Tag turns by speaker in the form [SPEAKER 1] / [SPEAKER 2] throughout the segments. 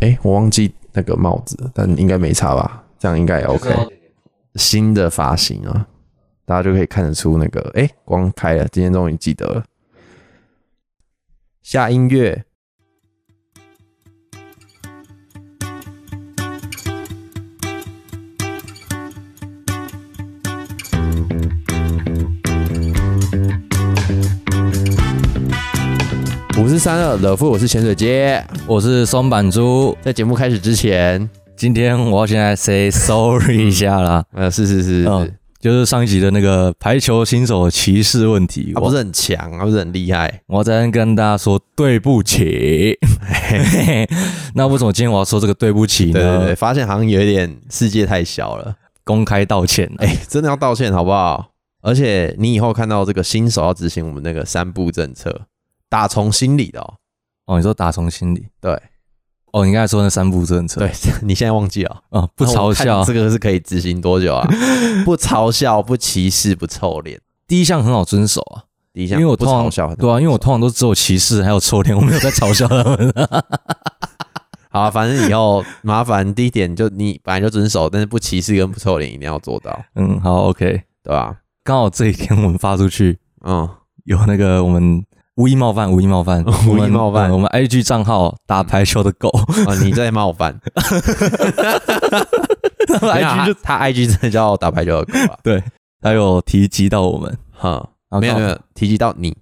[SPEAKER 1] 哎、我忘记那个帽子了，但应该没差吧？这样应该也 OK。新的发型啊，大家就可以看得出那个，哎、光开了，今天终于记得了。下音乐，五四三二乐富，我是潜水街。
[SPEAKER 2] 我是松板猪，
[SPEAKER 1] 在节目开始之前，
[SPEAKER 2] 今天我要先来 say sorry 一下啦，
[SPEAKER 1] 呃，是是是是，
[SPEAKER 2] 嗯就是上一集的那个排球新手歧视问题，
[SPEAKER 1] 他
[SPEAKER 2] 我
[SPEAKER 1] 啊不是很强，他不是很厉害，
[SPEAKER 2] 我要在这边跟大家说对不起。 那为什么今天我要说这个对不起呢？
[SPEAKER 1] 对对对，发现好像有一点世界太小了。
[SPEAKER 2] 公开道歉、啊。
[SPEAKER 1] 哎、真的要道歉好不好？而且你以后看到这个新手要执行我们那个三步政策，打从心里的哦。
[SPEAKER 2] 哦，你说打从心里。
[SPEAKER 1] 对
[SPEAKER 2] 哦，你刚才说那三步政策。
[SPEAKER 1] 对， 你现在忘记了？
[SPEAKER 2] 啊、不
[SPEAKER 1] 那我
[SPEAKER 2] 嘲
[SPEAKER 1] 看
[SPEAKER 2] 笑
[SPEAKER 1] 这。个是可以执行多久 啊？不嘲笑，不歧视，不臭脸。
[SPEAKER 2] 第一项很好遵守啊，
[SPEAKER 1] 第一项，
[SPEAKER 2] 因为我
[SPEAKER 1] 不
[SPEAKER 2] 通常
[SPEAKER 1] 嘲笑，
[SPEAKER 2] 对啊，因为我通常都只有歧视还有臭脸，我没有在嘲笑他们、
[SPEAKER 1] 好啊，反正以后麻烦第一点就你本来就遵守，但是不歧视跟不臭脸一定要做到，
[SPEAKER 2] 嗯，好，OK。
[SPEAKER 1] 对吧？
[SPEAKER 2] 刚好这一天我们发出去，
[SPEAKER 1] 嗯，，
[SPEAKER 2] 有那个我们无意冒犯，无意 冒犯
[SPEAKER 1] 无意冒犯
[SPEAKER 2] 我们嗯我们 IG 账号打排球的 狗
[SPEAKER 1] 啊，你在冒犯
[SPEAKER 2] ，IG 就
[SPEAKER 1] 他 IG 真的叫打排球的狗 啊，
[SPEAKER 2] 对，他有提及到我们，
[SPEAKER 1] 哈、
[SPEAKER 2] 啊
[SPEAKER 1] 没有
[SPEAKER 2] 刚
[SPEAKER 1] 没有提及到 你，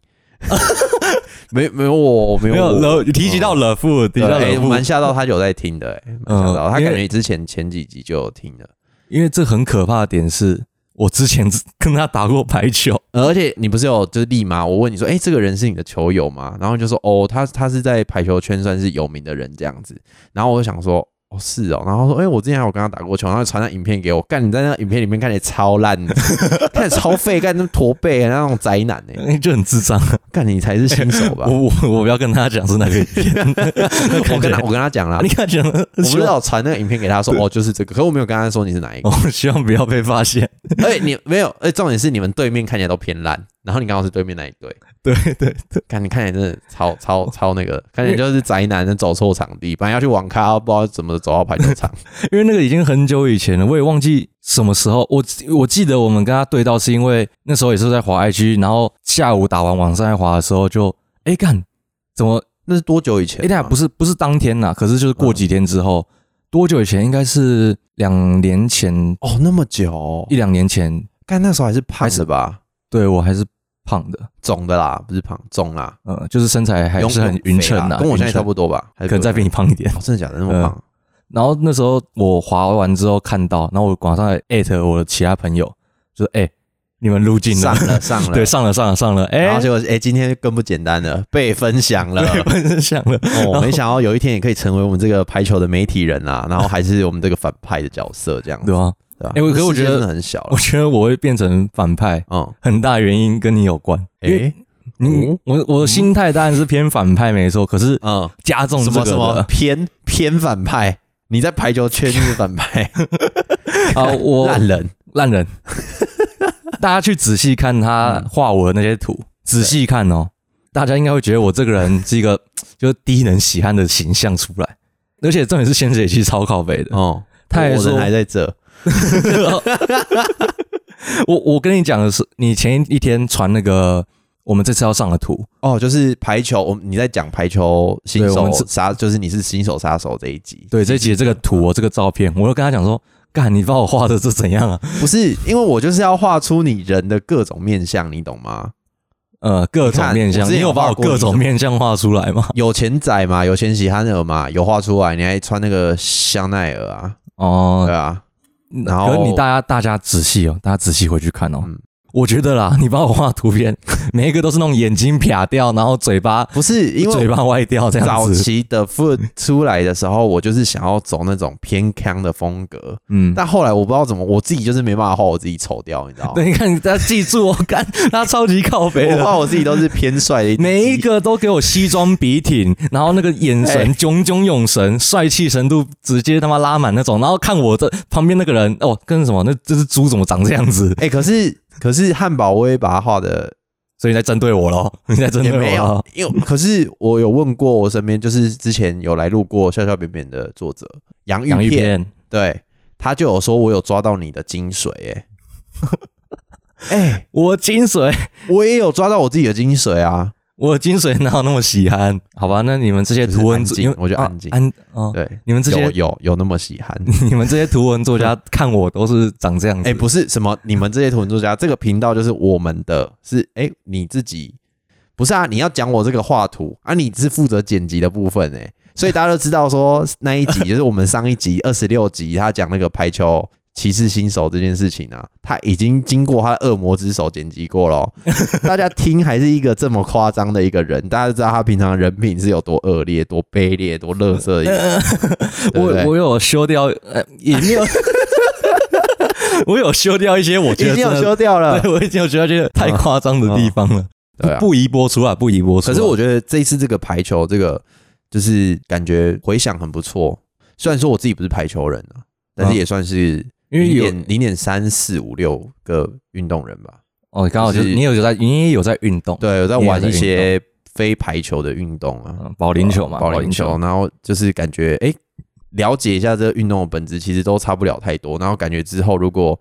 [SPEAKER 1] 没没有我没有
[SPEAKER 2] 没有哦
[SPEAKER 1] 我
[SPEAKER 2] 了，提及到
[SPEAKER 1] 嗯
[SPEAKER 2] 了父，提及到
[SPEAKER 1] 对哎
[SPEAKER 2] 了
[SPEAKER 1] 我
[SPEAKER 2] 父，
[SPEAKER 1] 蛮吓到他有在听的、哎，蛮吓到
[SPEAKER 2] 嗯
[SPEAKER 1] 他，
[SPEAKER 2] 因
[SPEAKER 1] 感
[SPEAKER 2] 为
[SPEAKER 1] 觉之前前几集就有听了，
[SPEAKER 2] 因为这很可怕的点是。我之前只跟他打过排球，
[SPEAKER 1] 呃而且你不是有就是立马我问你说，哎、这个人是你的球友吗？然后你就说，哦，他他是在排球圈算是有名的人这样子，然后我就想说。哦，是哦，然后说，哎、我之前还有跟他打过球，然后传那影片给我，干你在那影片里面看起来超烂的， 看起来超废，干那驼背，那种宅男呢、哎
[SPEAKER 2] 就很智障。
[SPEAKER 1] 干你才是新手吧？
[SPEAKER 2] 我我我不要跟他讲是哪个影 片，
[SPEAKER 1] 我
[SPEAKER 2] 我
[SPEAKER 1] 跟他我跟他讲啦，
[SPEAKER 2] 你看讲了，
[SPEAKER 1] 我不
[SPEAKER 2] 希
[SPEAKER 1] 是
[SPEAKER 2] 望
[SPEAKER 1] 有传那个影片给他说，哦，就是这个，可我没有跟他说你是哪一个。
[SPEAKER 2] 我哦希望不要被发现。
[SPEAKER 1] 而且你没有，而且重点是你们对面看起来都偏烂，然后你刚好是对面那一队，
[SPEAKER 2] 对对对，
[SPEAKER 1] 看你看起来真的超 超超那个，看起来就是宅男，走错场地， 本来要去网咖，不知道怎么走到排球场。
[SPEAKER 2] 因为那个已经很久以前了，我也忘记什么时候。我我记得我们跟他对到是因为那时候也是在滑 IG，然后下午打完网上在滑的时候就，哎干，怎么？
[SPEAKER 1] 那是多久以
[SPEAKER 2] 哎、
[SPEAKER 1] 前
[SPEAKER 2] 等一下
[SPEAKER 1] 啊？
[SPEAKER 2] 不是不是当天呐、可是就是
[SPEAKER 1] 嗯
[SPEAKER 2] 过几天之后，多久以前？应该是两年前，
[SPEAKER 1] 哦，那么久哦，
[SPEAKER 2] 一两年前。
[SPEAKER 1] 看那时候还是胖的吧，
[SPEAKER 2] 对我还是胖的，
[SPEAKER 1] 肿的啦，不是胖，肿啦，
[SPEAKER 2] 呃，就是身材还是很匀称
[SPEAKER 1] 的，
[SPEAKER 2] 呐、
[SPEAKER 1] 跟我现在差
[SPEAKER 2] 匀
[SPEAKER 1] 不多吧，还是
[SPEAKER 2] 称可能再比你呃胖一点。
[SPEAKER 1] 哦，真的假的那么胖？
[SPEAKER 2] 然后那时候我滑完之后看到，然后我马上来艾特我的其他朋友，就说：“哎、你们入境了
[SPEAKER 1] 上，了上了，
[SPEAKER 2] 对，上了上了上了，哎、
[SPEAKER 1] 然 后结果哎、今天就更不简单了， 被分享了。
[SPEAKER 2] 分享了。
[SPEAKER 1] 哦，没想到有一天也可以成为我们这个排球的媒体人啊，然后还是我们这个反派的角色这样子
[SPEAKER 2] 对，啊，
[SPEAKER 1] 对吧？
[SPEAKER 2] 哎我可是我觉得
[SPEAKER 1] 世界真的很小
[SPEAKER 2] 我
[SPEAKER 1] 了，
[SPEAKER 2] 觉得我会变成反派，
[SPEAKER 1] 嗯，
[SPEAKER 2] 很大原因跟你有关。因为
[SPEAKER 1] 诶，
[SPEAKER 2] 你
[SPEAKER 1] 嗯
[SPEAKER 2] 我我的心态当然是偏反派没错，可是
[SPEAKER 1] 嗯，
[SPEAKER 2] 加重
[SPEAKER 1] 什
[SPEAKER 2] 这
[SPEAKER 1] 么
[SPEAKER 2] 个
[SPEAKER 1] 什
[SPEAKER 2] 的
[SPEAKER 1] 么偏偏反派，你在排球圈就是反派
[SPEAKER 2] 啊，我
[SPEAKER 1] 烂人，
[SPEAKER 2] 烂人，大家去仔细看他画我的那些
[SPEAKER 1] 嗯
[SPEAKER 2] 图，仔细看哦，大家应该会觉得我这个人是一个就是低能喜憨的形象出来，而且重点是先水期超靠北的，
[SPEAKER 1] 哦，
[SPEAKER 2] 他还
[SPEAKER 1] 我人
[SPEAKER 2] 说
[SPEAKER 1] 还在这，
[SPEAKER 2] 我我跟你讲的是，你前一天传那个我们这次要上的图，
[SPEAKER 1] 哦，就是排球，我们你在讲排球新
[SPEAKER 2] 对我
[SPEAKER 1] 手
[SPEAKER 2] 们是
[SPEAKER 1] 杀，就是你是新手杀手这一嗯集，
[SPEAKER 2] 对这一集的这个图，我这个照片，我就跟他讲说，干，你把我画的是怎样啊？
[SPEAKER 1] 不是因为我就是要画出你人的各种面相，你懂吗？
[SPEAKER 2] 呃，各种面
[SPEAKER 1] 我
[SPEAKER 2] 相，
[SPEAKER 1] 之前
[SPEAKER 2] 你
[SPEAKER 1] 有
[SPEAKER 2] 有把
[SPEAKER 1] 画
[SPEAKER 2] 我
[SPEAKER 1] 过你
[SPEAKER 2] 各
[SPEAKER 1] 什么
[SPEAKER 2] 种面相画出来吗？
[SPEAKER 1] 有钱仔嘛，有钱喜憨儿嘛，有画出来，你还穿那个香奈儿啊，
[SPEAKER 2] 哦嗯
[SPEAKER 1] 对，啊，然后
[SPEAKER 2] 可是你大家大家仔细哦，大家仔细回去看哦。
[SPEAKER 1] 嗯
[SPEAKER 2] 我觉得啦，你把我画的图片，每一个都是那种眼睛撇掉，然后嘴巴
[SPEAKER 1] 不是因为
[SPEAKER 2] 嘴巴歪掉这样
[SPEAKER 1] 早
[SPEAKER 2] 子。
[SPEAKER 1] 期的 Foot 出来的时候，我就是想要走那种偏康的风格，
[SPEAKER 2] 嗯，
[SPEAKER 1] 但后来我不知道怎么，我自己就是没办法画我自己丑掉，你知道吗
[SPEAKER 2] 对，？你啊看你大家记住哦，干他超级靠北
[SPEAKER 1] 我
[SPEAKER 2] 的，
[SPEAKER 1] 画我自己都是偏帅的一只鸡，
[SPEAKER 2] 每一个都给我西装笔挺，然后那个眼
[SPEAKER 1] 哎
[SPEAKER 2] 神炯炯有神，帅气程度直接他妈拉满那种。然后看我这旁边那个人，哦，跟什么那这只猪怎么长这样子？
[SPEAKER 1] 哎、可是可是汉堡我也把它画的
[SPEAKER 2] 所以你在针对我喽？ 你在针
[SPEAKER 1] 也
[SPEAKER 2] 对
[SPEAKER 1] 没
[SPEAKER 2] 我
[SPEAKER 1] 有
[SPEAKER 2] 咯，
[SPEAKER 1] 因为可是我有问过我身边，就是之前有来录过笑笑扁扁的作者杨玉
[SPEAKER 2] 洋芋
[SPEAKER 1] 片，
[SPEAKER 2] 片，
[SPEAKER 1] 对，他就有说我有抓到你的精髓、 欸，哎、哎，
[SPEAKER 2] 我精髓，
[SPEAKER 1] 我也有抓到我自己的精髓啊，
[SPEAKER 2] 我精髓哪有那么喜憨？好吧，那你们这些
[SPEAKER 1] 就是
[SPEAKER 2] 图文
[SPEAKER 1] 安
[SPEAKER 2] 作，
[SPEAKER 1] 静
[SPEAKER 2] 因为
[SPEAKER 1] 我觉得
[SPEAKER 2] 啊
[SPEAKER 1] 安静
[SPEAKER 2] 安哦，
[SPEAKER 1] 对，
[SPEAKER 2] 你们这
[SPEAKER 1] 有
[SPEAKER 2] 些
[SPEAKER 1] 有有那么喜憨。
[SPEAKER 2] 你们这些图文作家看我都是长这样子，
[SPEAKER 1] 哎、不是什么，你们这些图文作家，这个频道就是我们的，是哎、你自己不是啊？你要讲我这个画图啊，你是负责剪辑的部分哎、所以大家都知道说那一集就是我们上一集 二十六集，他讲那个排球歧视新手这件事情啊，他已经经过他的恶魔之手剪辑过 了，哦大家听还是一个这么夸张的一个人，大家知道他平常的人品是有多恶劣、多卑劣、多垃圾的一个 人，对不对
[SPEAKER 2] 我我有修掉，呃，也没有， 我有修掉一些我觉
[SPEAKER 1] 已经
[SPEAKER 2] 得真
[SPEAKER 1] 有
[SPEAKER 2] 的
[SPEAKER 1] 修掉了，
[SPEAKER 2] 对我已经有觉得这个太夸张的地方了，
[SPEAKER 1] 嗯对啊。
[SPEAKER 2] 不宜播出啊，不宜播出啊。
[SPEAKER 1] 可是我觉得这一次这个排球，这个就是感觉回响很不错。虽然说我自己不是排球人啊，但是也算是
[SPEAKER 2] 因为
[SPEAKER 1] 零
[SPEAKER 2] 有
[SPEAKER 1] 点零点三四五六个运动人吧。
[SPEAKER 2] 哦，刚好就是
[SPEAKER 1] 是
[SPEAKER 2] 你有在，你也有在运动，
[SPEAKER 1] 对，我在玩一
[SPEAKER 2] 你也
[SPEAKER 1] 些非排球的运动啊，
[SPEAKER 2] 嗯，保龄球嘛，
[SPEAKER 1] 保
[SPEAKER 2] 保
[SPEAKER 1] 龄球，，然后就是感觉哎、诶了解一下这个运动的本质，其实都差不了太多。然后感觉之后如果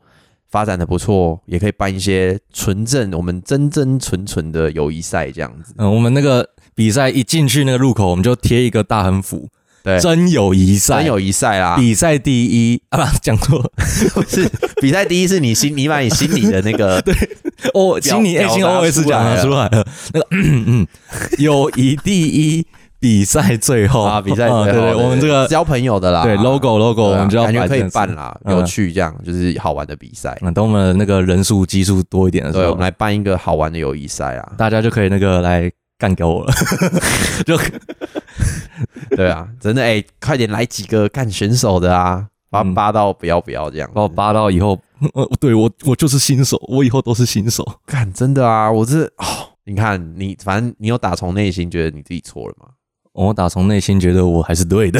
[SPEAKER 1] 发展的不错，也可以办一些纯正我们真真纯纯的友谊赛这样子。
[SPEAKER 2] 嗯，我们那个比赛一进去那个入口，我们就贴一个大横幅，
[SPEAKER 1] 对，
[SPEAKER 2] 真友谊赛，
[SPEAKER 1] 真友谊啊赛啦，
[SPEAKER 2] 比赛第一 啊，不讲错，
[SPEAKER 1] 不是比赛第一是你心，你把你心里的那 个
[SPEAKER 2] 哦，请你
[SPEAKER 1] 表
[SPEAKER 2] 爱情
[SPEAKER 1] 表达
[SPEAKER 2] OS
[SPEAKER 1] 出来
[SPEAKER 2] 讲
[SPEAKER 1] 了
[SPEAKER 2] 得出来了，那个嗯嗯，友谊第一，比赛最后
[SPEAKER 1] 啊，比赛
[SPEAKER 2] 啊
[SPEAKER 1] 最
[SPEAKER 2] 对
[SPEAKER 1] 后
[SPEAKER 2] 对，我们这个
[SPEAKER 1] 交朋友的啦，
[SPEAKER 2] 对 logo
[SPEAKER 1] 对
[SPEAKER 2] logo，
[SPEAKER 1] 啊
[SPEAKER 2] 我们就要
[SPEAKER 1] 感觉
[SPEAKER 2] 摆
[SPEAKER 1] 可以
[SPEAKER 2] 成
[SPEAKER 1] 办啦，
[SPEAKER 2] 嗯
[SPEAKER 1] 有趣这样就是好玩的比赛，
[SPEAKER 2] 嗯，等我们那个人数基数多一点的时
[SPEAKER 1] 对，我
[SPEAKER 2] 候
[SPEAKER 1] 们，来办一个好玩的友谊赛啊，
[SPEAKER 2] 大家就可以那个来干掉我了，就
[SPEAKER 1] 对啊， 真的哎，快点来几个干选手的啊，把他
[SPEAKER 2] 嗯哦
[SPEAKER 1] 扒到不要不要这样，
[SPEAKER 2] 把我扒到以后，呃，对我我就是新手，我以后都是新手。
[SPEAKER 1] 干真的啊，我这哦，你看你反正你有打从内心觉得你自己错了嘛，
[SPEAKER 2] 我打从内心觉得我还是对的。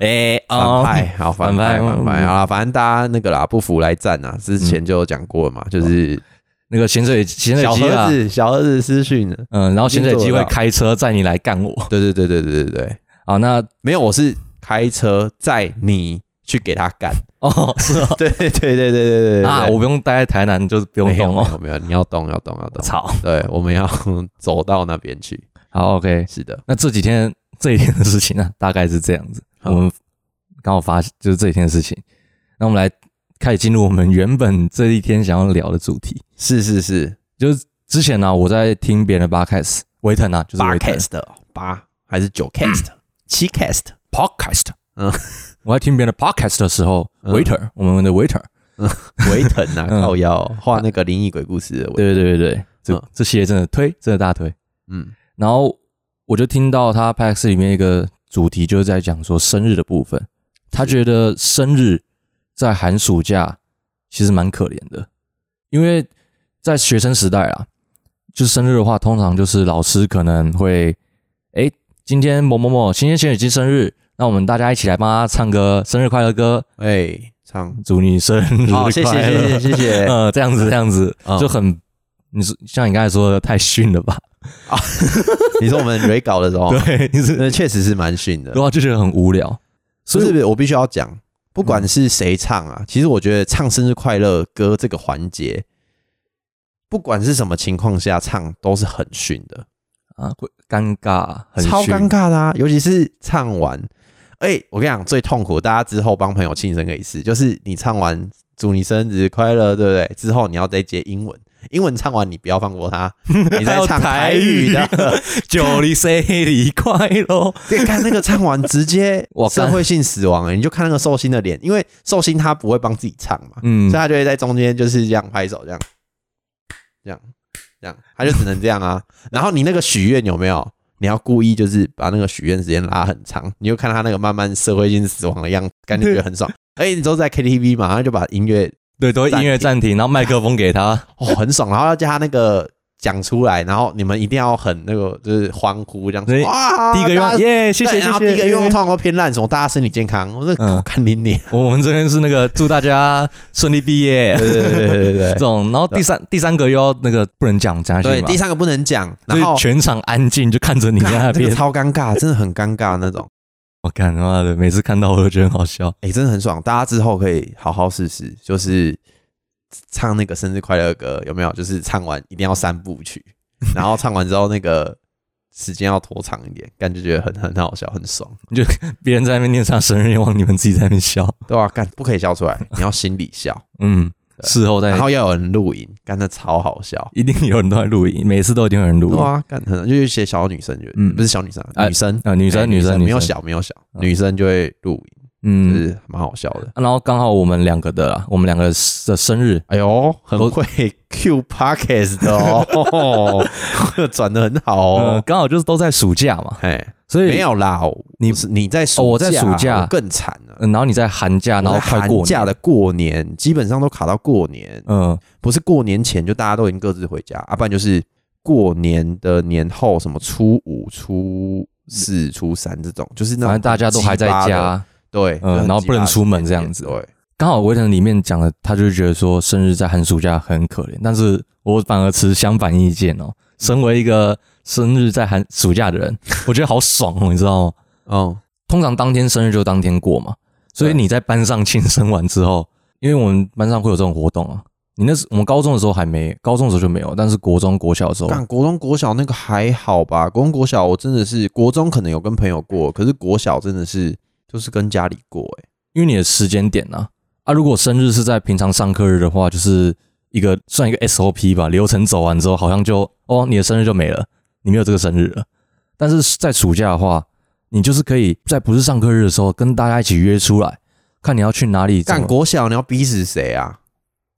[SPEAKER 2] 哎、
[SPEAKER 1] 反
[SPEAKER 2] 哦
[SPEAKER 1] 派，好反派，
[SPEAKER 2] 反派
[SPEAKER 1] 反派
[SPEAKER 2] 嗯
[SPEAKER 1] 好啦，反正大家那个啦，不服来战啊，之前就有讲过了嘛，就是
[SPEAKER 2] 那个潜水潜水
[SPEAKER 1] 小
[SPEAKER 2] 机
[SPEAKER 1] 盒
[SPEAKER 2] 啊，
[SPEAKER 1] 子，小盒子私讯了。
[SPEAKER 2] 嗯，然后潜水
[SPEAKER 1] 已
[SPEAKER 2] 机
[SPEAKER 1] 经做
[SPEAKER 2] 会
[SPEAKER 1] 得到
[SPEAKER 2] 开车载你来干我。
[SPEAKER 1] 对对对对对对对，
[SPEAKER 2] 啊，那
[SPEAKER 1] 没有，我是开车载你去给他干。
[SPEAKER 2] 哦是哦
[SPEAKER 1] 对对对对对对对
[SPEAKER 2] 啊，我不用待在台南，就是不
[SPEAKER 1] 不
[SPEAKER 2] 用动哦。，
[SPEAKER 1] 没有，你要动要动要动。
[SPEAKER 2] 操，
[SPEAKER 1] 对，我们要 走到那边去。
[SPEAKER 2] 好 OK，
[SPEAKER 1] 是的，
[SPEAKER 2] 那这几天这一天的事情呢、大概是这样子。
[SPEAKER 1] 好
[SPEAKER 2] 我们刚好发就是这一天的事情，那我们来开始进入我们原本这一天想要聊的主题。
[SPEAKER 1] 是是是
[SPEAKER 2] 之前呢、我在听别人的 podcast，维腾啊，就是
[SPEAKER 1] 八
[SPEAKER 2] 维腾
[SPEAKER 1] cast 哦嗯八还是九 cast 七 cast？
[SPEAKER 2] podcast，
[SPEAKER 1] 嗯
[SPEAKER 2] 嗯， 我在听别人的 podcast 的时候、
[SPEAKER 1] 嗯
[SPEAKER 2] w a i t e r 我们的 waiter，
[SPEAKER 1] 维腾啊，
[SPEAKER 2] 嗯
[SPEAKER 1] 靠腰画那个灵异鬼故事的维，
[SPEAKER 2] 对对对对对，这、
[SPEAKER 1] 嗯
[SPEAKER 2] 这系列真的推，真的大推。
[SPEAKER 1] 嗯
[SPEAKER 2] 然后我就听到他 podcast 里面一个主题，就是在讲说生日的部分，他觉得生日在寒暑假其实蛮可怜的，因为在学生时代啊，就是生日的话，通常就是老师可能会，哎，今天某某某今天先已经生日，那我们大家一起来帮他唱个生日快乐歌，
[SPEAKER 1] 哎，唱
[SPEAKER 2] 祝你生日快乐。
[SPEAKER 1] 好，哦谢谢谢谢谢谢。
[SPEAKER 2] 呃，这样子这样子、
[SPEAKER 1] 嗯
[SPEAKER 2] 就很，你说像你刚才说的太逊了吧？
[SPEAKER 1] 你说我们 re 稿的时候，
[SPEAKER 2] 对，你是
[SPEAKER 1] 那确实是蛮逊的
[SPEAKER 2] 对。啊，就觉得很无聊。
[SPEAKER 1] 不
[SPEAKER 2] 所
[SPEAKER 1] 是
[SPEAKER 2] 以
[SPEAKER 1] 不是，我必须要讲，不管是谁唱啊，其实我觉得唱生日快乐歌这个环节，不管是什么情况下唱，都是很逊的，
[SPEAKER 2] 啊，会尴尬，很
[SPEAKER 1] 超
[SPEAKER 2] 逊
[SPEAKER 1] 尴尬的啊！尤其是唱完，哎、我跟你讲，最痛苦，大家之后帮朋友庆生可以试，就是你唱完“祝你生日快乐”，对不对？之后你要再接英文，英文唱完你不要放过 它，你
[SPEAKER 2] 还
[SPEAKER 1] 再
[SPEAKER 2] 有
[SPEAKER 1] 唱
[SPEAKER 2] 台
[SPEAKER 1] 台语 的，
[SPEAKER 2] 九零 C 里快 乐，
[SPEAKER 1] 对，看那个唱完直接
[SPEAKER 2] 我
[SPEAKER 1] 社
[SPEAKER 2] 看
[SPEAKER 1] 会性死亡、欸，你就看那个寿星的脸，因为寿星他不会帮自己唱嘛，
[SPEAKER 2] 嗯
[SPEAKER 1] 所以，他就会在中间就是这样拍手，这样，这样，这样，他就只能这样啊。 然后你那个许愿有没有？你要故意就是把那个许愿时间拉很长，你就看他那个慢慢社会性死亡的样子，感觉觉得很 爽。而且你都在 KTV 嘛，然后就把音乐
[SPEAKER 2] 对，都会音乐暂停，然后麦克风给他，
[SPEAKER 1] 哦很爽，然后要加那个讲出来，然后你们一定要很那个，就是欢呼这样
[SPEAKER 2] 所
[SPEAKER 1] 子。
[SPEAKER 2] 以
[SPEAKER 1] 哇，
[SPEAKER 2] 第一个愿
[SPEAKER 1] 啊大家
[SPEAKER 2] 望耶，谢谢
[SPEAKER 1] 对
[SPEAKER 2] 谢
[SPEAKER 1] 然后
[SPEAKER 2] 谢。
[SPEAKER 1] 第一个愿望通常都偏烂，什么大家身体健康，我
[SPEAKER 2] 嗯
[SPEAKER 1] 这看你你，
[SPEAKER 2] 我们这边是那个祝大家顺利毕业
[SPEAKER 1] 对对对对对
[SPEAKER 2] 这种，然后第三第三个又要那个不能讲讲下去
[SPEAKER 1] 对，
[SPEAKER 2] 嘛
[SPEAKER 1] 第，三个不能讲，
[SPEAKER 2] 所
[SPEAKER 1] 然后
[SPEAKER 2] 以全场安静就看着你在那
[SPEAKER 1] 干这个
[SPEAKER 2] 边。
[SPEAKER 1] 超尴尬，真的很尴尬那种。
[SPEAKER 2] 我看他妈的，每次看到我都觉得很好笑。
[SPEAKER 1] 哎、真的很爽，大家之后可以好好试试，就是唱那个生日快乐歌，有没有？就是唱完一定要三部 曲，然后唱完之后那个时间要拖长一点，感觉觉得很很好笑，很爽，
[SPEAKER 2] 别人在那边念上生日愿望，你们自己在那边笑。
[SPEAKER 1] 对吧、啊？干不可以笑出 来，你要心里笑，
[SPEAKER 2] 嗯，
[SPEAKER 1] 对
[SPEAKER 2] 事后再
[SPEAKER 1] 然后要有人录影，干的超好笑，
[SPEAKER 2] 一定有人都在录影，每次都一定有人录
[SPEAKER 1] 对
[SPEAKER 2] 影。
[SPEAKER 1] 啊，干很就是一些小女生就，
[SPEAKER 2] 嗯
[SPEAKER 1] 不是小女生啊，
[SPEAKER 2] 哎
[SPEAKER 1] 女生。
[SPEAKER 2] 啊，女
[SPEAKER 1] 哎
[SPEAKER 2] 生女生
[SPEAKER 1] 没有
[SPEAKER 2] 女生，
[SPEAKER 1] 小没有小，
[SPEAKER 2] 嗯
[SPEAKER 1] 女生就会录影，就
[SPEAKER 2] 嗯，
[SPEAKER 1] 是蛮好笑的。
[SPEAKER 2] 然后刚好我们两个的啦，我们两个的生日，
[SPEAKER 1] 哎呦，很
[SPEAKER 2] 都
[SPEAKER 1] 会 Q Podcast 的哦， 转的很好
[SPEAKER 2] 呃
[SPEAKER 1] 哦，。
[SPEAKER 2] 刚好就是都在暑假嘛，
[SPEAKER 1] 哎，
[SPEAKER 2] 嗯所以
[SPEAKER 1] 没，有啦，
[SPEAKER 2] 你
[SPEAKER 1] 你是你在暑
[SPEAKER 2] 哦我在暑假
[SPEAKER 1] 我更惨了。
[SPEAKER 2] 嗯然后你在寒假，然后
[SPEAKER 1] 我在
[SPEAKER 2] 快
[SPEAKER 1] 寒
[SPEAKER 2] 过
[SPEAKER 1] 假
[SPEAKER 2] 年，
[SPEAKER 1] 的过年，基本上都卡到过年，
[SPEAKER 2] 嗯，
[SPEAKER 1] 不是过年前就大家都已经各自回家，啊，不然就是过年的年后，什么初五、初四、初三这种，就是那种
[SPEAKER 2] 反正大家都还在
[SPEAKER 1] 鸡巴的，
[SPEAKER 2] 家，
[SPEAKER 1] 对，
[SPEAKER 2] 嗯
[SPEAKER 1] 就很
[SPEAKER 2] 然后
[SPEAKER 1] 鸡
[SPEAKER 2] 不能
[SPEAKER 1] 巴的
[SPEAKER 2] 出门
[SPEAKER 1] 时
[SPEAKER 2] 这
[SPEAKER 1] 间
[SPEAKER 2] 样子
[SPEAKER 1] 对，
[SPEAKER 2] 刚好《维腾》里面讲的，他就是觉得说生日在寒暑假很可怜，但是我反而持相反意见哦。身为一个生日在寒暑假的人，我觉得好爽哦，你知道吗？
[SPEAKER 1] 嗯，
[SPEAKER 2] 通常当天生日就当天过嘛，所以
[SPEAKER 1] 对
[SPEAKER 2] 你在班上庆生完之后， 因为我们班上会有这种活动啊。你那时我们高中的时候还没，高中的时候就没有，但是国中、国小的时候，
[SPEAKER 1] 干国中国小那个还好吧？国中国小我真的是国中可能有跟朋友过，可是国小真的是就是跟家里过、欸，
[SPEAKER 2] 因为你的时间点啊，啊，如果生日是在平常上课日的话，就是一个算一个 SOP 吧，流程走完之后，好像就哦，你的生日就没了，你没有这个生日了。但是在暑假的话，你就是可以在不是上课日的时候，跟大家一起约出来，看你要去哪里。怎
[SPEAKER 1] 干
[SPEAKER 2] 么
[SPEAKER 1] 国小你要逼死谁啊？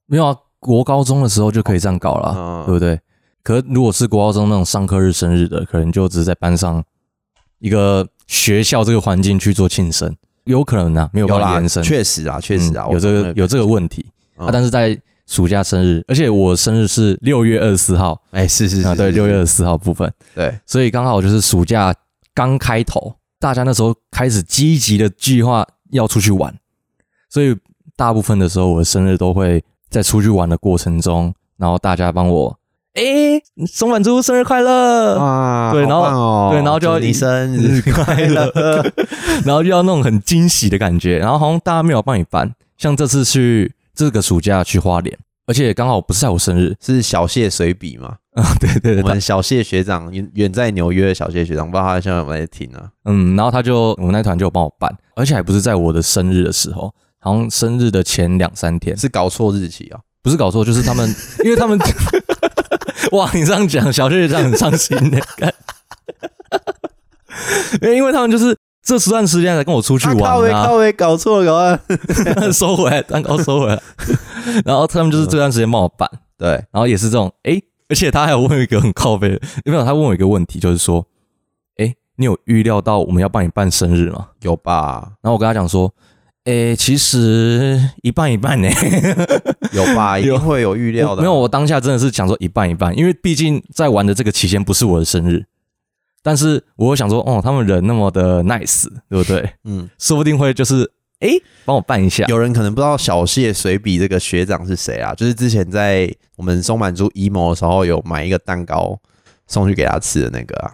[SPEAKER 2] 没有啊，国高中的时候就可以这样搞了，
[SPEAKER 1] 嗯
[SPEAKER 2] 对不对？可如果是国高中那种上课日、生日的，可能就只是在班上一个学校这个环境去做庆生，有可能啊，没有办法
[SPEAKER 1] 啦，
[SPEAKER 2] 延伸。
[SPEAKER 1] 确实啊，确实啊，
[SPEAKER 2] 嗯
[SPEAKER 1] 我
[SPEAKER 2] 有这个有这个问题、
[SPEAKER 1] 嗯
[SPEAKER 2] 啊。但是在暑假生日，而且我生日是六月二十四号
[SPEAKER 1] 哎、是是是
[SPEAKER 2] 啊，对，
[SPEAKER 1] 是
[SPEAKER 2] 六月
[SPEAKER 1] 是
[SPEAKER 2] 二十四号部分，
[SPEAKER 1] 对，
[SPEAKER 2] 所以刚好就是暑假刚开头，大家那时候开始积极的计划要出去玩，所以大部分的时候我的生日都会在出去玩的过程中，然后大家帮我，诶，松满猪生日快乐！
[SPEAKER 1] 哇
[SPEAKER 2] 对然后
[SPEAKER 1] 好棒哦
[SPEAKER 2] 对然后就要
[SPEAKER 1] 祝你生日 快乐，
[SPEAKER 2] 然后就要那种很惊喜的感觉，然后好像大家没有帮你办，像这次去这个暑假去花莲，而且刚好不是在我生日，
[SPEAKER 1] 是小谢随笔嘛？
[SPEAKER 2] 对对对
[SPEAKER 1] 我，们小谢学长远远在纽约的小谢学长，不知道他现在有没有在听啊？
[SPEAKER 2] 嗯，然后他就我们那团就有帮我办，而且还不是在我的生日的时候，好像生日的前两三天，
[SPEAKER 1] 是搞错日期啊？
[SPEAKER 2] 不是搞错，就是他们，因为他们， 哇，你这样讲，小学长很伤心的，干 因为他们就是这段时间才跟我出去
[SPEAKER 1] 啊靠
[SPEAKER 2] 玩
[SPEAKER 1] 北
[SPEAKER 2] 啊
[SPEAKER 1] 靠，北搞错了，搞错了
[SPEAKER 2] 收回来，蛋糕收回来， 然后他们就是这段时间帮我办，
[SPEAKER 1] 对，
[SPEAKER 2] 然后也是这种，诶，而且他还有问我一个很靠背的，有没有？他问我一个问题，就是说，诶，你有预料到我们要帮你办生日吗？
[SPEAKER 1] 有吧？
[SPEAKER 2] 然后我跟他讲说，诶，其实一半一半呢、
[SPEAKER 1] 有 吧？一定会有预料
[SPEAKER 2] 我
[SPEAKER 1] 的。啊
[SPEAKER 2] 没有，，我当下真的是想说一半一半，因为毕竟在玩的这个期间不是我的生日，但是我又想说，哦，他们人那么的 nice，对不对？
[SPEAKER 1] 嗯，
[SPEAKER 2] 说不定会就是，诶，帮我办一下。
[SPEAKER 1] 有人可能不知道小谢随笔这个学长是谁啊？就是之前在我们松满珠 emo 的时候，有买一个蛋糕送去给他吃的那个啊。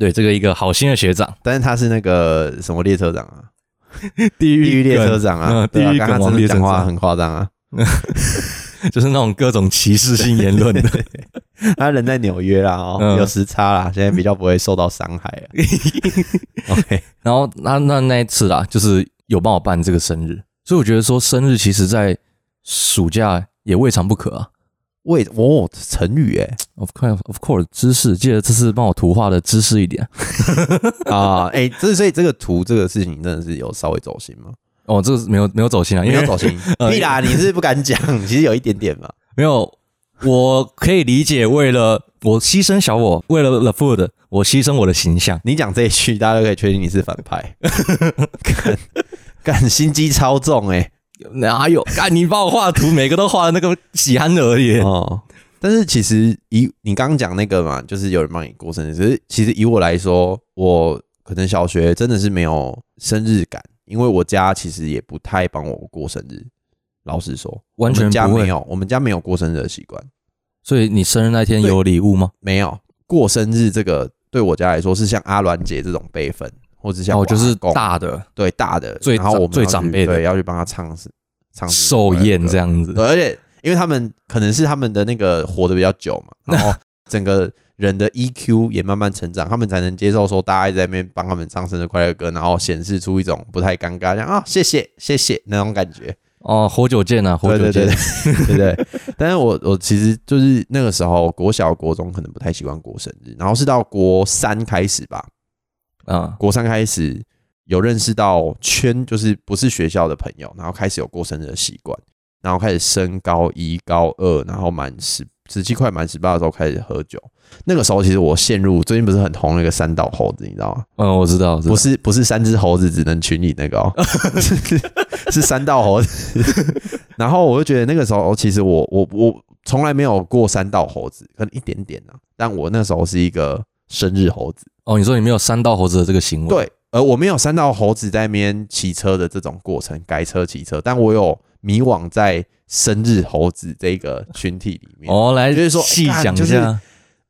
[SPEAKER 2] 对，这个一个好心的学长，
[SPEAKER 1] 但是他是那个什么列车长啊？
[SPEAKER 2] 地
[SPEAKER 1] 地狱列车
[SPEAKER 2] 梗
[SPEAKER 1] 长啊
[SPEAKER 2] 嗯，
[SPEAKER 1] 对啊
[SPEAKER 2] 地狱
[SPEAKER 1] 刚刚
[SPEAKER 2] 梗王
[SPEAKER 1] 真
[SPEAKER 2] 列
[SPEAKER 1] 的
[SPEAKER 2] 车
[SPEAKER 1] 讲话
[SPEAKER 2] 长，
[SPEAKER 1] 很夸张啊。
[SPEAKER 2] 就是那种各种歧视性言 论的。
[SPEAKER 1] 他人在纽约啦，哦
[SPEAKER 2] 嗯，
[SPEAKER 1] 有时差啦，现在比较不会受到伤害啊。OK，
[SPEAKER 2] 然后那那那一次啦，就是有帮我办这个生日，所以我觉得说生日其实在暑假也未尝不可啊。
[SPEAKER 1] 喂，哦，成语哎
[SPEAKER 2] Of course, of course，知识记得这次帮我图画的知识一点
[SPEAKER 1] 啊，哎，这所以这个图这个事情真的是有稍微走心吗？
[SPEAKER 2] 哦，这个是没有没有走心啊，因
[SPEAKER 1] 没
[SPEAKER 2] 为
[SPEAKER 1] 有走心，
[SPEAKER 2] 呃
[SPEAKER 1] 屁啦，你是不敢讲，其实有一点点吧。
[SPEAKER 2] 没有，我可以理解，为了我牺牲小我，为了 The Food，我牺牲我的形象。
[SPEAKER 1] 你讲这一句，大家都可以确定你是反 派。干干心机超 重哎、
[SPEAKER 2] 哪有？干你把我画的图，每个都画的那个喜憨儿耶。
[SPEAKER 1] 哦，但是其实以你刚刚讲那个嘛，就是有人帮你过生日，只是其实以我来说，我可能小学真的是没有生日感，因为我家其实也不太帮我过生日。老实说，
[SPEAKER 2] 完
[SPEAKER 1] 我
[SPEAKER 2] 全
[SPEAKER 1] 们家
[SPEAKER 2] 不
[SPEAKER 1] 没
[SPEAKER 2] 会。
[SPEAKER 1] 有，我们家没有过生日的习惯，
[SPEAKER 2] 所以你生日那天有礼物吗？
[SPEAKER 1] 没有过生日这个对我家来说是像阿鸾姐这种辈分，或者像
[SPEAKER 2] 哦，
[SPEAKER 1] 我
[SPEAKER 2] 就是
[SPEAKER 1] 阿公啊
[SPEAKER 2] 大的
[SPEAKER 1] 对大的，
[SPEAKER 2] 最
[SPEAKER 1] 然后
[SPEAKER 2] 长
[SPEAKER 1] 我们
[SPEAKER 2] 最
[SPEAKER 1] 要去
[SPEAKER 2] 长辈的
[SPEAKER 1] 对要去帮他唱唱
[SPEAKER 2] 寿宴这
[SPEAKER 1] 样。
[SPEAKER 2] 样子
[SPEAKER 1] 对，，而且因为他们可能是他们的那个活得比较久嘛， 然后整个人的 EQ 也慢慢成长，他们才能接受说大家一直在那边帮他们唱生日快乐歌，然后显示出一种不太尴尬，像啊、谢谢谢谢那种感觉，
[SPEAKER 2] 哦，活久见啊，活
[SPEAKER 1] 对对
[SPEAKER 2] 久
[SPEAKER 1] 对
[SPEAKER 2] 见。
[SPEAKER 1] 对 对对。但是我我其实就是那个时候国小国中可能不太习惯过生日，然后是到国三开始吧，
[SPEAKER 2] 啊，
[SPEAKER 1] 国三开始有认识到圈，就是不是学校的朋友，然后开始有过生日的习惯，然后开始升高一、高二，然后满十十七快满十八的时候开始喝酒。那个时候其实我陷入最近不是很红那个三道猴子，你知道吗？
[SPEAKER 2] 嗯，我知道，我知道
[SPEAKER 1] 不是不是三只猴子只能娶你那个 哦， 是是三道猴子。然后我就觉得那个时候其实我我我从来没有过三道猴子，可能一点点啊，但我那时候是一个生日猴子。
[SPEAKER 2] 哦，你说你没有三道猴子的这个行为，，
[SPEAKER 1] 对，呃，我没有三到猴子在那边骑车的这种过程，改车骑车，但我有迷惘在生日猴子这个群体里面。
[SPEAKER 2] 哦，来
[SPEAKER 1] 就是说
[SPEAKER 2] 细
[SPEAKER 1] 哎干
[SPEAKER 2] 讲一
[SPEAKER 1] 就是
[SPEAKER 2] 下，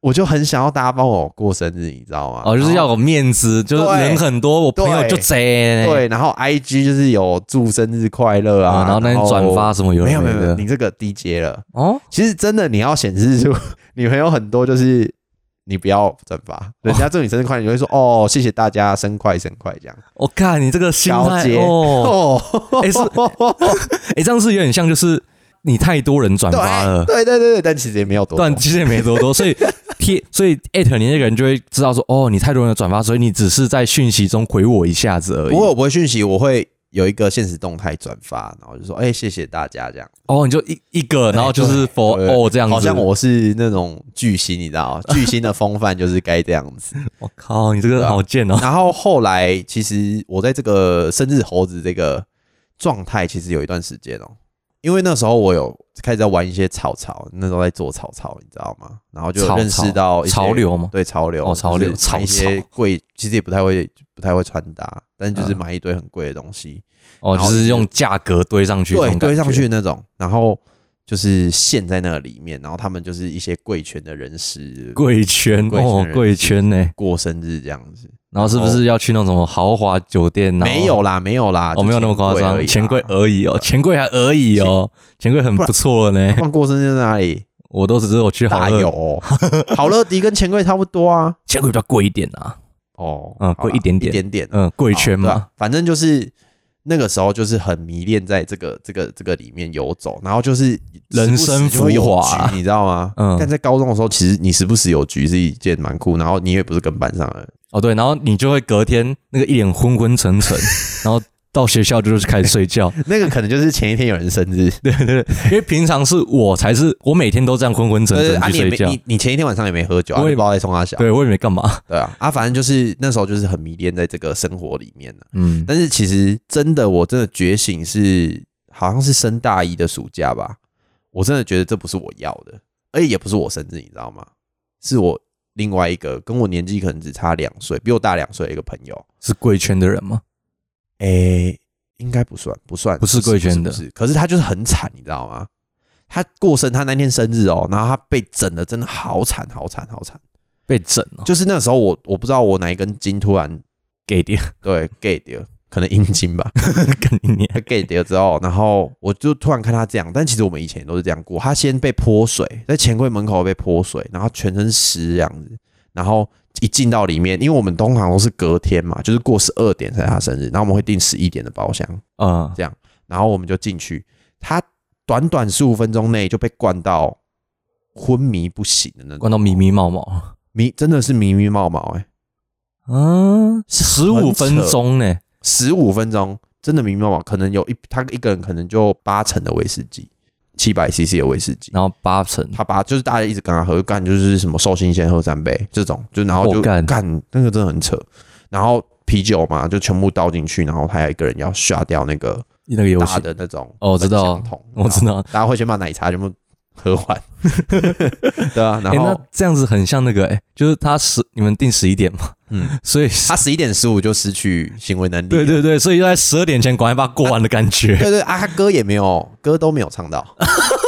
[SPEAKER 1] 我就很想要大家帮我过生日，你知道吗？
[SPEAKER 2] 哦，就是要有面子，就是
[SPEAKER 1] 对
[SPEAKER 2] 人很多，我朋友
[SPEAKER 1] 对
[SPEAKER 2] 就
[SPEAKER 1] 然
[SPEAKER 2] 贼，
[SPEAKER 1] 后对，然后 I G 就是有祝生日快乐
[SPEAKER 2] 啊，
[SPEAKER 1] 啊，
[SPEAKER 2] 然后那边转发。什么有的
[SPEAKER 1] 没有没有没有，
[SPEAKER 2] 的
[SPEAKER 1] 你这个低阶了。
[SPEAKER 2] 哦，
[SPEAKER 1] 其实真的你要显示出你朋友很多，就是你不要转
[SPEAKER 2] 哦
[SPEAKER 1] 发，人家祝你生日快乐，你会说哦谢谢大家，生快生快这样。
[SPEAKER 2] 我哦看你这个心
[SPEAKER 1] 高
[SPEAKER 2] 态
[SPEAKER 1] 阶
[SPEAKER 2] 哦，
[SPEAKER 1] 哦，
[SPEAKER 2] 哎 是 哎，这样是有点像就是你太多人转发了，
[SPEAKER 1] 对对对对，但其实也没有多
[SPEAKER 2] 但
[SPEAKER 1] 多
[SPEAKER 2] 其实也没多多，所以贴所以艾特你那个人就会知道说，哦，你太多人有转发，所以你只是在讯息中回我一下子而已
[SPEAKER 1] 不。过我不会讯息，我会有一个现实动态转发，然后就说：“哎、谢谢大家。”这样
[SPEAKER 2] 哦，你就一一个，然后就是
[SPEAKER 1] 哎对
[SPEAKER 2] for
[SPEAKER 1] 对
[SPEAKER 2] all 这样子。
[SPEAKER 1] 好像我是那种巨星，你知道， 巨星的风范就是该这样子。
[SPEAKER 2] 我哦靠，你这个
[SPEAKER 1] 啊
[SPEAKER 2] 好贱哦！
[SPEAKER 1] 然后后来，其实我在这个生日猴子这个状态，其实有一段时间哦、因为那时候我有开始在玩一些草草，那时候在做草草，你知道吗？然后就
[SPEAKER 2] 草
[SPEAKER 1] 认识到一些
[SPEAKER 2] 潮流吗？
[SPEAKER 1] 对潮流，
[SPEAKER 2] 哦潮流
[SPEAKER 1] 就是买一
[SPEAKER 2] 潮
[SPEAKER 1] 些
[SPEAKER 2] 潮
[SPEAKER 1] 贵，其实也不太会不太会穿搭，但是就是
[SPEAKER 2] 嗯
[SPEAKER 1] 买一堆很贵的东西，
[SPEAKER 2] 哦，
[SPEAKER 1] 然后
[SPEAKER 2] 就是用价格堆上去，
[SPEAKER 1] 对，堆上。去那种，然后就是陷在那个里面，然后他们就是一些贵圈的人士
[SPEAKER 2] 贵圈
[SPEAKER 1] 贵圈
[SPEAKER 2] 哦，
[SPEAKER 1] 人
[SPEAKER 2] 贵圈呢？
[SPEAKER 1] 过生日这样子，
[SPEAKER 2] 然后是不是要去那种什么豪华酒店？然后
[SPEAKER 1] 哦没有啦，没有啦，
[SPEAKER 2] 哦，没有那么夸张，钱
[SPEAKER 1] 钱
[SPEAKER 2] 柜而已哦，钱柜还而已哦，钱柜很不错呢。
[SPEAKER 1] 放过生日在哪里？
[SPEAKER 2] 我都只是我去 好
[SPEAKER 1] 大有
[SPEAKER 2] 乐，
[SPEAKER 1] 哦，好乐迪跟钱柜差不多啊，
[SPEAKER 2] 钱柜比较贵一点啊，
[SPEAKER 1] 哦，
[SPEAKER 2] 嗯
[SPEAKER 1] 好啦
[SPEAKER 2] 贵一点点
[SPEAKER 1] 一点点，
[SPEAKER 2] 嗯，
[SPEAKER 1] 贵
[SPEAKER 2] 贵圈嘛，
[SPEAKER 1] 反正就是。那个时候就是很迷恋在这个这个这个里面游走，然后就是
[SPEAKER 2] 人生
[SPEAKER 1] 时不时就会
[SPEAKER 2] 浮
[SPEAKER 1] 有
[SPEAKER 2] 华
[SPEAKER 1] 局你知道吗？
[SPEAKER 2] 嗯
[SPEAKER 1] 但在高中的时候，其实你时不时有局是一件蛮酷，然后你也不是跟班上的人，
[SPEAKER 2] 哦对，然后你就会隔天那个一脸昏昏沉 沉，然后到学校就是开始睡觉，
[SPEAKER 1] 那个可能就是前一天有人生 日，
[SPEAKER 2] 对对对，因为平常是我才是我每天都这样昏昏沉
[SPEAKER 1] 对对
[SPEAKER 2] 沉
[SPEAKER 1] 啊，
[SPEAKER 2] 去
[SPEAKER 1] 你也
[SPEAKER 2] 睡
[SPEAKER 1] 没
[SPEAKER 2] 觉，
[SPEAKER 1] 你你前一天晚上也没喝酒啊，
[SPEAKER 2] 我
[SPEAKER 1] 我
[SPEAKER 2] 也
[SPEAKER 1] 也不知道在冲他小，
[SPEAKER 2] 对我也没干嘛，
[SPEAKER 1] 对啊，啊，反正就是那时候就是很迷恋在这个生活里面呢、
[SPEAKER 2] 嗯，
[SPEAKER 1] 但是其实真的，我真的觉醒是好像是升大一的暑假吧，我真的觉得这不是我要的，而且也不是我生日，你知道吗？是我另外一个跟我年纪可能只差两岁，比我大两岁的一个朋友，
[SPEAKER 2] 是贵圈的人吗？
[SPEAKER 1] 诶、应该不算，不算，
[SPEAKER 2] 不是贵圈的
[SPEAKER 1] 不是不是可是他就是很惨，你知道吗？他过生，他那天生日哦，然后他被整的真的好惨，好惨，好惨。
[SPEAKER 2] 被整了，
[SPEAKER 1] 就是那时候我我不知道我哪一根筋突然
[SPEAKER 2] 给点，
[SPEAKER 1] 对 gay 掉，可能阴茎吧
[SPEAKER 2] 跟你念，
[SPEAKER 1] gay 掉之后，然后我就突然看他这样，但其实我们以前也都是这样过。他先被泼水，在钱柜门口被泼水，然后全身湿这样子，然后一进到里面，因为我们通常都是隔天嘛，就是过十二点才是他生日，然后我们会订十一点的包厢。
[SPEAKER 2] 嗯，
[SPEAKER 1] 然后我们就进去，他短短十五分钟内就被灌到昏迷不醒的那种，
[SPEAKER 2] 关到迷迷毛毛，
[SPEAKER 1] 迷真的是迷迷冒冒哎、
[SPEAKER 2] 嗯，十五分钟呢，
[SPEAKER 1] 十五分钟真的迷迷冒冒，可能有一他一个人可能就八成的威士忌，七百 CC 的威士忌，
[SPEAKER 2] 然后八成，
[SPEAKER 1] 他把就是大家一直跟他喝，干就是什么寿星先喝三杯这种，就然后就
[SPEAKER 2] 哦干
[SPEAKER 1] 干那个真的很扯，然后啤酒嘛就全部倒进去，然后他还有一个人要刷掉那个
[SPEAKER 2] 那个游
[SPEAKER 1] 大
[SPEAKER 2] 戏，
[SPEAKER 1] 的那种
[SPEAKER 2] 哦我知
[SPEAKER 1] 分
[SPEAKER 2] 道
[SPEAKER 1] 享桶
[SPEAKER 2] 我知道
[SPEAKER 1] 大家会先把奶茶全部和缓， 对啊，然
[SPEAKER 2] 哎、
[SPEAKER 1] 后、
[SPEAKER 2] 那这样子很像那个、哎，就是他十你们定十一点嘛，
[SPEAKER 1] 嗯，
[SPEAKER 2] 所以
[SPEAKER 1] 他十一点十五就失去行为能力了，
[SPEAKER 2] 对对对，所以就在十二点前赶快把它过完的感觉。
[SPEAKER 1] 对对啊，他歌也没有，歌都没有唱到，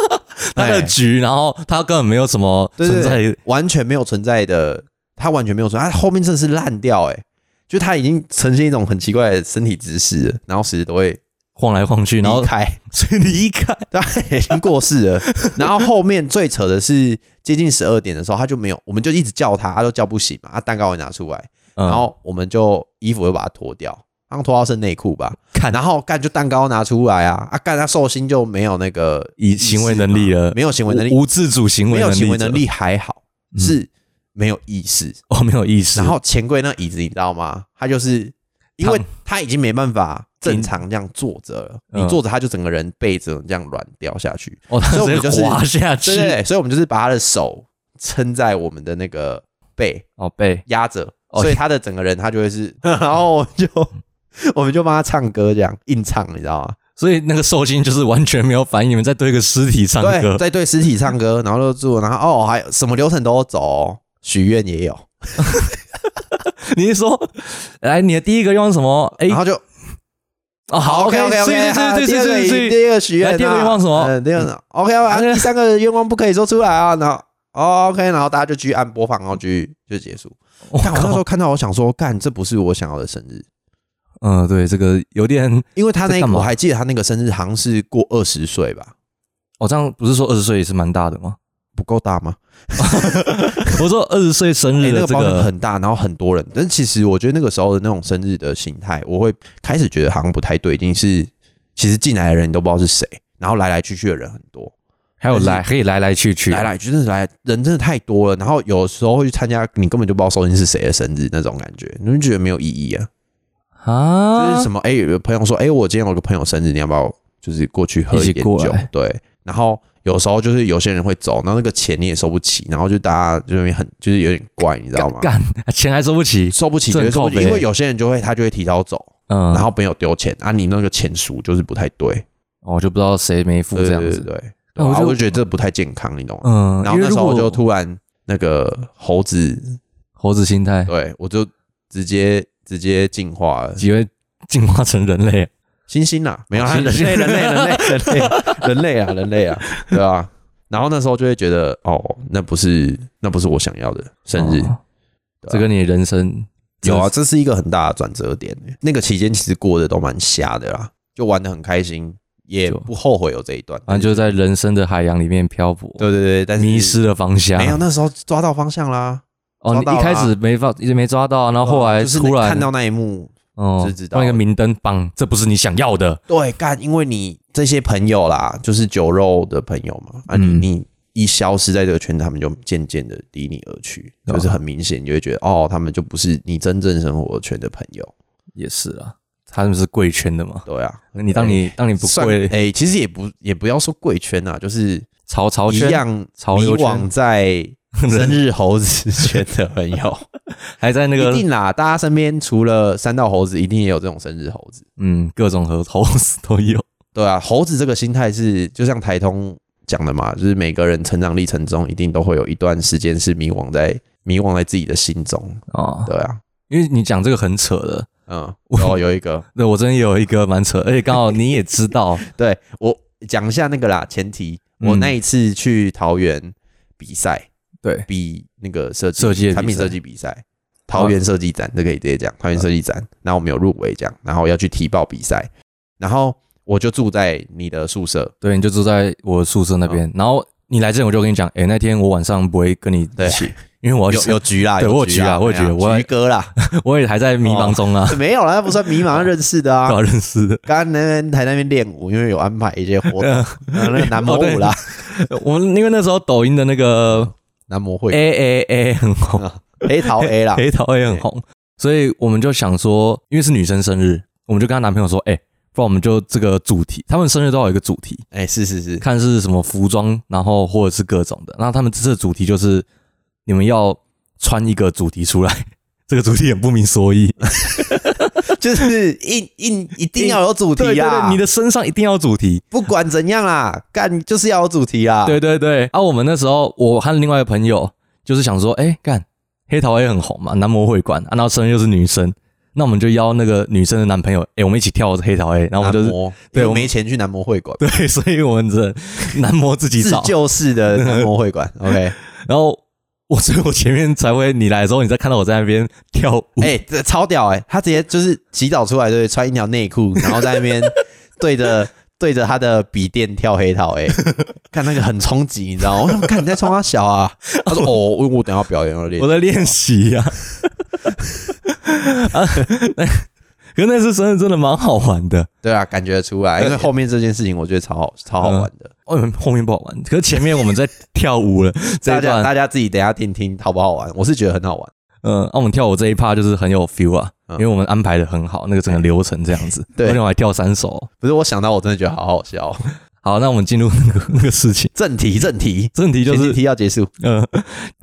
[SPEAKER 1] 哎
[SPEAKER 2] 他的局，然后他根本没有什么
[SPEAKER 1] 对对
[SPEAKER 2] 存
[SPEAKER 1] 对
[SPEAKER 2] 在
[SPEAKER 1] 完全没有存在的，他完全没有存在，他后面真的是烂掉哎、欸就他已经呈现一种很奇怪的身体姿势了，然后时时都会
[SPEAKER 2] 晃来晃去，然后
[SPEAKER 1] 离开，
[SPEAKER 2] 所以离开，
[SPEAKER 1] 对，他已经过世了。然后后面最扯的是，接近十二点的时候，他就没有，我们就一直叫他，他都叫不醒嘛，他蛋糕也拿出来，
[SPEAKER 2] 嗯
[SPEAKER 1] 然后我们就衣服就把它脱掉，刚脱到剩内裤吧，
[SPEAKER 2] 看
[SPEAKER 1] 然后干就蛋糕拿出来啊，啊干他寿星就没有那个
[SPEAKER 2] 以行为能力了，
[SPEAKER 1] 没有行为能力，
[SPEAKER 2] 无无自主行为
[SPEAKER 1] 没有
[SPEAKER 2] 能力者，
[SPEAKER 1] 行为能力还好，
[SPEAKER 2] 嗯
[SPEAKER 1] 是没有意识。
[SPEAKER 2] 哦，没有意识。
[SPEAKER 1] 然后钱柜那椅子你知道吗？他就是因为
[SPEAKER 2] 躺
[SPEAKER 1] 他已经没办法正常这样坐着了，
[SPEAKER 2] 嗯
[SPEAKER 1] 你坐着他就整个人背着这样软掉下去，
[SPEAKER 2] 哦，他
[SPEAKER 1] 所以我们
[SPEAKER 2] 直接
[SPEAKER 1] 就是
[SPEAKER 2] 滑下
[SPEAKER 1] 对
[SPEAKER 2] 去，
[SPEAKER 1] 对对，所以我们就是把他的手撑在我们的那个背
[SPEAKER 2] 哦背，
[SPEAKER 1] 压着，
[SPEAKER 2] 哦
[SPEAKER 1] 所以他的整个人他就会 是，然后我们就我们就帮他唱歌这样硬唱，你知道吗？
[SPEAKER 2] 所以那个寿星就是完全没有反应，你们在对一个尸体唱
[SPEAKER 1] 对，
[SPEAKER 2] 歌，
[SPEAKER 1] 在对尸体唱歌，然后就做，然后哦，还有什么流程都有走哦，许愿也有，
[SPEAKER 2] 你是说，来你的第一个愿望是什么？哎
[SPEAKER 1] 然，后就
[SPEAKER 2] 哦好
[SPEAKER 1] 好，OK OK
[SPEAKER 2] 所以
[SPEAKER 1] OK，
[SPEAKER 2] 所以所以所以所以所以
[SPEAKER 1] 第二个许愿，
[SPEAKER 2] 来第二个愿望什么
[SPEAKER 1] 嗯，第二 个 OK 啊，第三个愿望不可以说出来啊，然后哦 OK，然后大家就继续按播放，然后继续就结束。
[SPEAKER 2] 我
[SPEAKER 1] 但我那时
[SPEAKER 2] 靠，
[SPEAKER 1] 候看到，我想说，干，这不是我想要的生日，
[SPEAKER 2] 嗯，对，这个有点，
[SPEAKER 1] 因为他那
[SPEAKER 2] 在
[SPEAKER 1] 个
[SPEAKER 2] 干嘛
[SPEAKER 1] 我还记得他那个生日好像是过二十岁吧，
[SPEAKER 2] 哦，这样不是说二十岁也是蛮大的吗？
[SPEAKER 1] 不够大吗？
[SPEAKER 2] 我说二十岁生
[SPEAKER 1] 哎
[SPEAKER 2] 日
[SPEAKER 1] 那个
[SPEAKER 2] 的嗯这
[SPEAKER 1] 包厢
[SPEAKER 2] 个，
[SPEAKER 1] 很大，然后很多人，但其实我觉得那个时候的那种生日的形态，我会开始觉得好像不太对劲，是其实进来的人你都不知道是谁，然后来来去去的人很多。
[SPEAKER 2] 还有来可以来来去去，
[SPEAKER 1] 来来去真的是来人真的太多了，然后有时候会去参加，你根本就不知道收音是谁的生日那种感觉，你就觉得没有意义啊。
[SPEAKER 2] 啊，
[SPEAKER 1] 就是什么哎、有个朋友说哎、我今天有个朋友生日，你要不要就是过去喝
[SPEAKER 2] 一起
[SPEAKER 1] 点
[SPEAKER 2] 过
[SPEAKER 1] 酒
[SPEAKER 2] 来？
[SPEAKER 1] 对，然后有时候就是有些人会走，然后那个钱你也收不起，然后就大家就那边很就是有点怪，你知道吗？
[SPEAKER 2] 干钱还收不起，
[SPEAKER 1] 收不起，
[SPEAKER 2] 这
[SPEAKER 1] 觉
[SPEAKER 2] 很
[SPEAKER 1] 得收不起，
[SPEAKER 2] 靠北
[SPEAKER 1] 因为有些人就会他就会提早走，
[SPEAKER 2] 嗯，
[SPEAKER 1] 然后朋友丢钱啊，你那个钱数就是不太对，
[SPEAKER 2] 哦我就不知道谁没付
[SPEAKER 1] 对
[SPEAKER 2] 这
[SPEAKER 1] 对
[SPEAKER 2] 样
[SPEAKER 1] 对
[SPEAKER 2] 子，
[SPEAKER 1] 对，对
[SPEAKER 2] 那我
[SPEAKER 1] 啊
[SPEAKER 2] 就
[SPEAKER 1] 我就觉得这不太健康，你懂吗？
[SPEAKER 2] 嗯，
[SPEAKER 1] 然后那时候我
[SPEAKER 2] 因为
[SPEAKER 1] 就
[SPEAKER 2] 如果
[SPEAKER 1] 突然那个猴子
[SPEAKER 2] 猴子心态，
[SPEAKER 1] 对，我就直接直接进化了。
[SPEAKER 2] 几会进化成人类，
[SPEAKER 1] 星星啊，没有啊
[SPEAKER 2] 星
[SPEAKER 1] 人
[SPEAKER 2] 星
[SPEAKER 1] 类，人类， 人类，人类， 人类啊，人类啊，对啊。然后那时候就会觉得，哦，那不是那不是我想要的生日。
[SPEAKER 2] 哦
[SPEAKER 1] 对啊
[SPEAKER 2] 这跟你的人生
[SPEAKER 1] 有啊，，这是一个很大的转折点。那个期间其实过得都蛮瞎的啦，就玩的很开心，也
[SPEAKER 2] 就
[SPEAKER 1] 不后悔有这一段。
[SPEAKER 2] 反正就是在人生的海洋里面漂泊，
[SPEAKER 1] 对对对，但是
[SPEAKER 2] 迷失啊了方向。
[SPEAKER 1] 没有，那时候抓到方向啦。
[SPEAKER 2] 哦，
[SPEAKER 1] 抓
[SPEAKER 2] 你
[SPEAKER 1] 到
[SPEAKER 2] 一
[SPEAKER 1] 了
[SPEAKER 2] 开
[SPEAKER 1] 啊哦
[SPEAKER 2] 始没发，一直没抓到，啊然后后来
[SPEAKER 1] 就是
[SPEAKER 2] 突然
[SPEAKER 1] 看到那一幕，
[SPEAKER 2] 哦
[SPEAKER 1] 就知，道
[SPEAKER 2] 放一个明灯，棒，这不是你想要的，
[SPEAKER 1] 对，干，因为你这些朋友啦，就是酒肉的朋友嘛，啊你，
[SPEAKER 2] 嗯
[SPEAKER 1] 你一消失在这个圈，子，他们就渐渐的离你而去，
[SPEAKER 2] 对啊
[SPEAKER 1] 就是很明显，你就会觉得哦，他们就不是你真正生活圈的朋友，
[SPEAKER 2] 也是啊，他们是贵圈的嘛。
[SPEAKER 1] 对啊，
[SPEAKER 2] 你当你当你不
[SPEAKER 1] 算
[SPEAKER 2] 贵，
[SPEAKER 1] 哎、其实也不也不要说贵圈啊，就是
[SPEAKER 2] 潮潮
[SPEAKER 1] 一
[SPEAKER 2] 圈
[SPEAKER 1] 样
[SPEAKER 2] 潮
[SPEAKER 1] 迷
[SPEAKER 2] 流圈
[SPEAKER 1] 惘在 生日猴子圈的朋友，
[SPEAKER 2] 还在 那
[SPEAKER 1] 一
[SPEAKER 2] 个
[SPEAKER 1] 定啦，大家身边除了三道猴子，一定也有这种生日猴子，
[SPEAKER 2] 嗯各种和猴子都有，
[SPEAKER 1] 对啊，猴子这个心态是就像台通讲的嘛，就是每个人成长历程中一定都会有一段时间是迷惘在迷惘在自己的心中，
[SPEAKER 2] 哦，
[SPEAKER 1] 对啊，
[SPEAKER 2] 因为你讲这个很扯的，
[SPEAKER 1] 嗯，哦，有一个，
[SPEAKER 2] 对我真的有一个蛮扯，而且刚好你也知道，
[SPEAKER 1] 对我讲一下那个啦，前提，
[SPEAKER 2] 嗯
[SPEAKER 1] 我那一次去桃园比赛，
[SPEAKER 2] 对，
[SPEAKER 1] 比那个设计
[SPEAKER 2] 设计的比赛嗯
[SPEAKER 1] 产品设计比赛。桃园设计展，这可以直接讲。桃园设计展，然后我们有入围这样，然后要去提报比赛，然后我就住在你的宿舍，
[SPEAKER 2] 对，你就住在我宿舍那
[SPEAKER 1] 哦
[SPEAKER 2] 边，然后你来之前我就跟你讲，哎，那天我晚上不会跟你一
[SPEAKER 1] 对
[SPEAKER 2] 起，因为我要
[SPEAKER 1] 有
[SPEAKER 2] 去
[SPEAKER 1] 有局啦，
[SPEAKER 2] 哦对我有
[SPEAKER 1] 局
[SPEAKER 2] 局啊啦我有
[SPEAKER 1] 哎呀
[SPEAKER 2] 局我
[SPEAKER 1] 局哥啦，
[SPEAKER 2] 我也还在迷茫中啊，
[SPEAKER 1] 没有啦，那不算迷茫，认识的
[SPEAKER 2] 不
[SPEAKER 1] 啊。
[SPEAKER 2] 好认识的。
[SPEAKER 1] 刚刚那边台那边练舞，因为有安排一些活动， 然后那个男模舞
[SPEAKER 2] 哦
[SPEAKER 1] 啦，
[SPEAKER 2] 我们因为那时候抖音的那个
[SPEAKER 1] 男模会
[SPEAKER 2] A A A 很红，
[SPEAKER 1] 黑桃 A 啦，
[SPEAKER 2] 黑桃 A 很红，所以我们就想说，因为是女生生日，我们就跟她男朋友说，哎，不然我们就这个主题，他们生日都要有一个主题，
[SPEAKER 1] 哎，是是是，
[SPEAKER 2] 看是什么服装，然后或者是各种的。那他们这次的主题就是你 们要穿一个主题出来，这个主题很不明所以，
[SPEAKER 1] 就是一一一定要有主
[SPEAKER 2] 对
[SPEAKER 1] 题
[SPEAKER 2] 对
[SPEAKER 1] 啊！
[SPEAKER 2] 对，你的身上一定要有主题。
[SPEAKER 1] 不管怎样啦，干就是要有主题啊！
[SPEAKER 2] 对对对，啊，我们那时候我和另外一个朋友就是想说，哎、干黑桃 A 很红嘛，男模会馆，啊、然后生日又是女生，那我们就邀那个女生的男朋友，哎、我们一起跳黑桃 A，然后我们就是
[SPEAKER 1] 男模因
[SPEAKER 2] 对
[SPEAKER 1] 为
[SPEAKER 2] 我们
[SPEAKER 1] 没钱去男模会馆，
[SPEAKER 2] 对，所以我们只能男模自己
[SPEAKER 1] 自
[SPEAKER 2] 找。
[SPEAKER 1] 救式的男模会馆。OK，
[SPEAKER 2] 然后我，所以我前面才会你来的时候，你再看到我在那边跳舞。
[SPEAKER 1] 哎、这超屌哎、他直接就是洗澡出来，对，穿一条内裤，然后在那边对着对着他的笔电跳黑桃哎、看那个很冲击，你知道吗？我想看你在冲他小啊，他说哦，我我等一下表演要练
[SPEAKER 2] 我。在练习呀、啊。 啊那可是那次生日真的蛮好玩的，
[SPEAKER 1] 对啊，感觉出来，因为后面这件事情我觉得超好超好玩的。
[SPEAKER 2] 哦，后面不好玩，可是前面我们在跳舞了这
[SPEAKER 1] 大家
[SPEAKER 2] 一段，
[SPEAKER 1] 大家自己等一下听听好不好玩，我是觉得很好玩。
[SPEAKER 2] 嗯，那、我们跳舞这一趴就是很有 feel 啊，
[SPEAKER 1] 嗯
[SPEAKER 2] 因为我们安排的很好，那个整个流程这样子，
[SPEAKER 1] 对
[SPEAKER 2] 而且我还跳三首。
[SPEAKER 1] 不是我想到我真的觉得好好笑哦。
[SPEAKER 2] 好，那我们进入那个那个事情，
[SPEAKER 1] 正题正题，
[SPEAKER 2] 正题就
[SPEAKER 1] 前几
[SPEAKER 2] 是，
[SPEAKER 1] 题要结束，
[SPEAKER 2] 呃，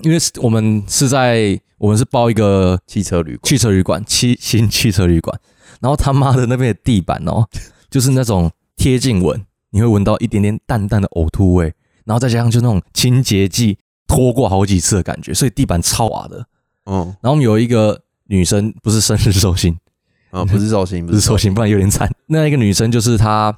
[SPEAKER 2] 因为是我们是在我们是包一个
[SPEAKER 1] 汽车旅馆
[SPEAKER 2] 汽车旅馆，七新汽车旅馆，然后他妈的那边的地板哦，就是那种贴近闻，你会闻到一点点淡淡的呕吐味，然后再加上就那种清洁剂拖过好几次的感觉，所以地板超滑的。
[SPEAKER 1] 嗯
[SPEAKER 2] 然后我们有一个女生，不是生日寿星，
[SPEAKER 1] 嗯，不是寿星，
[SPEAKER 2] 哦不是寿星，不然有点惨。 那一个女生就是她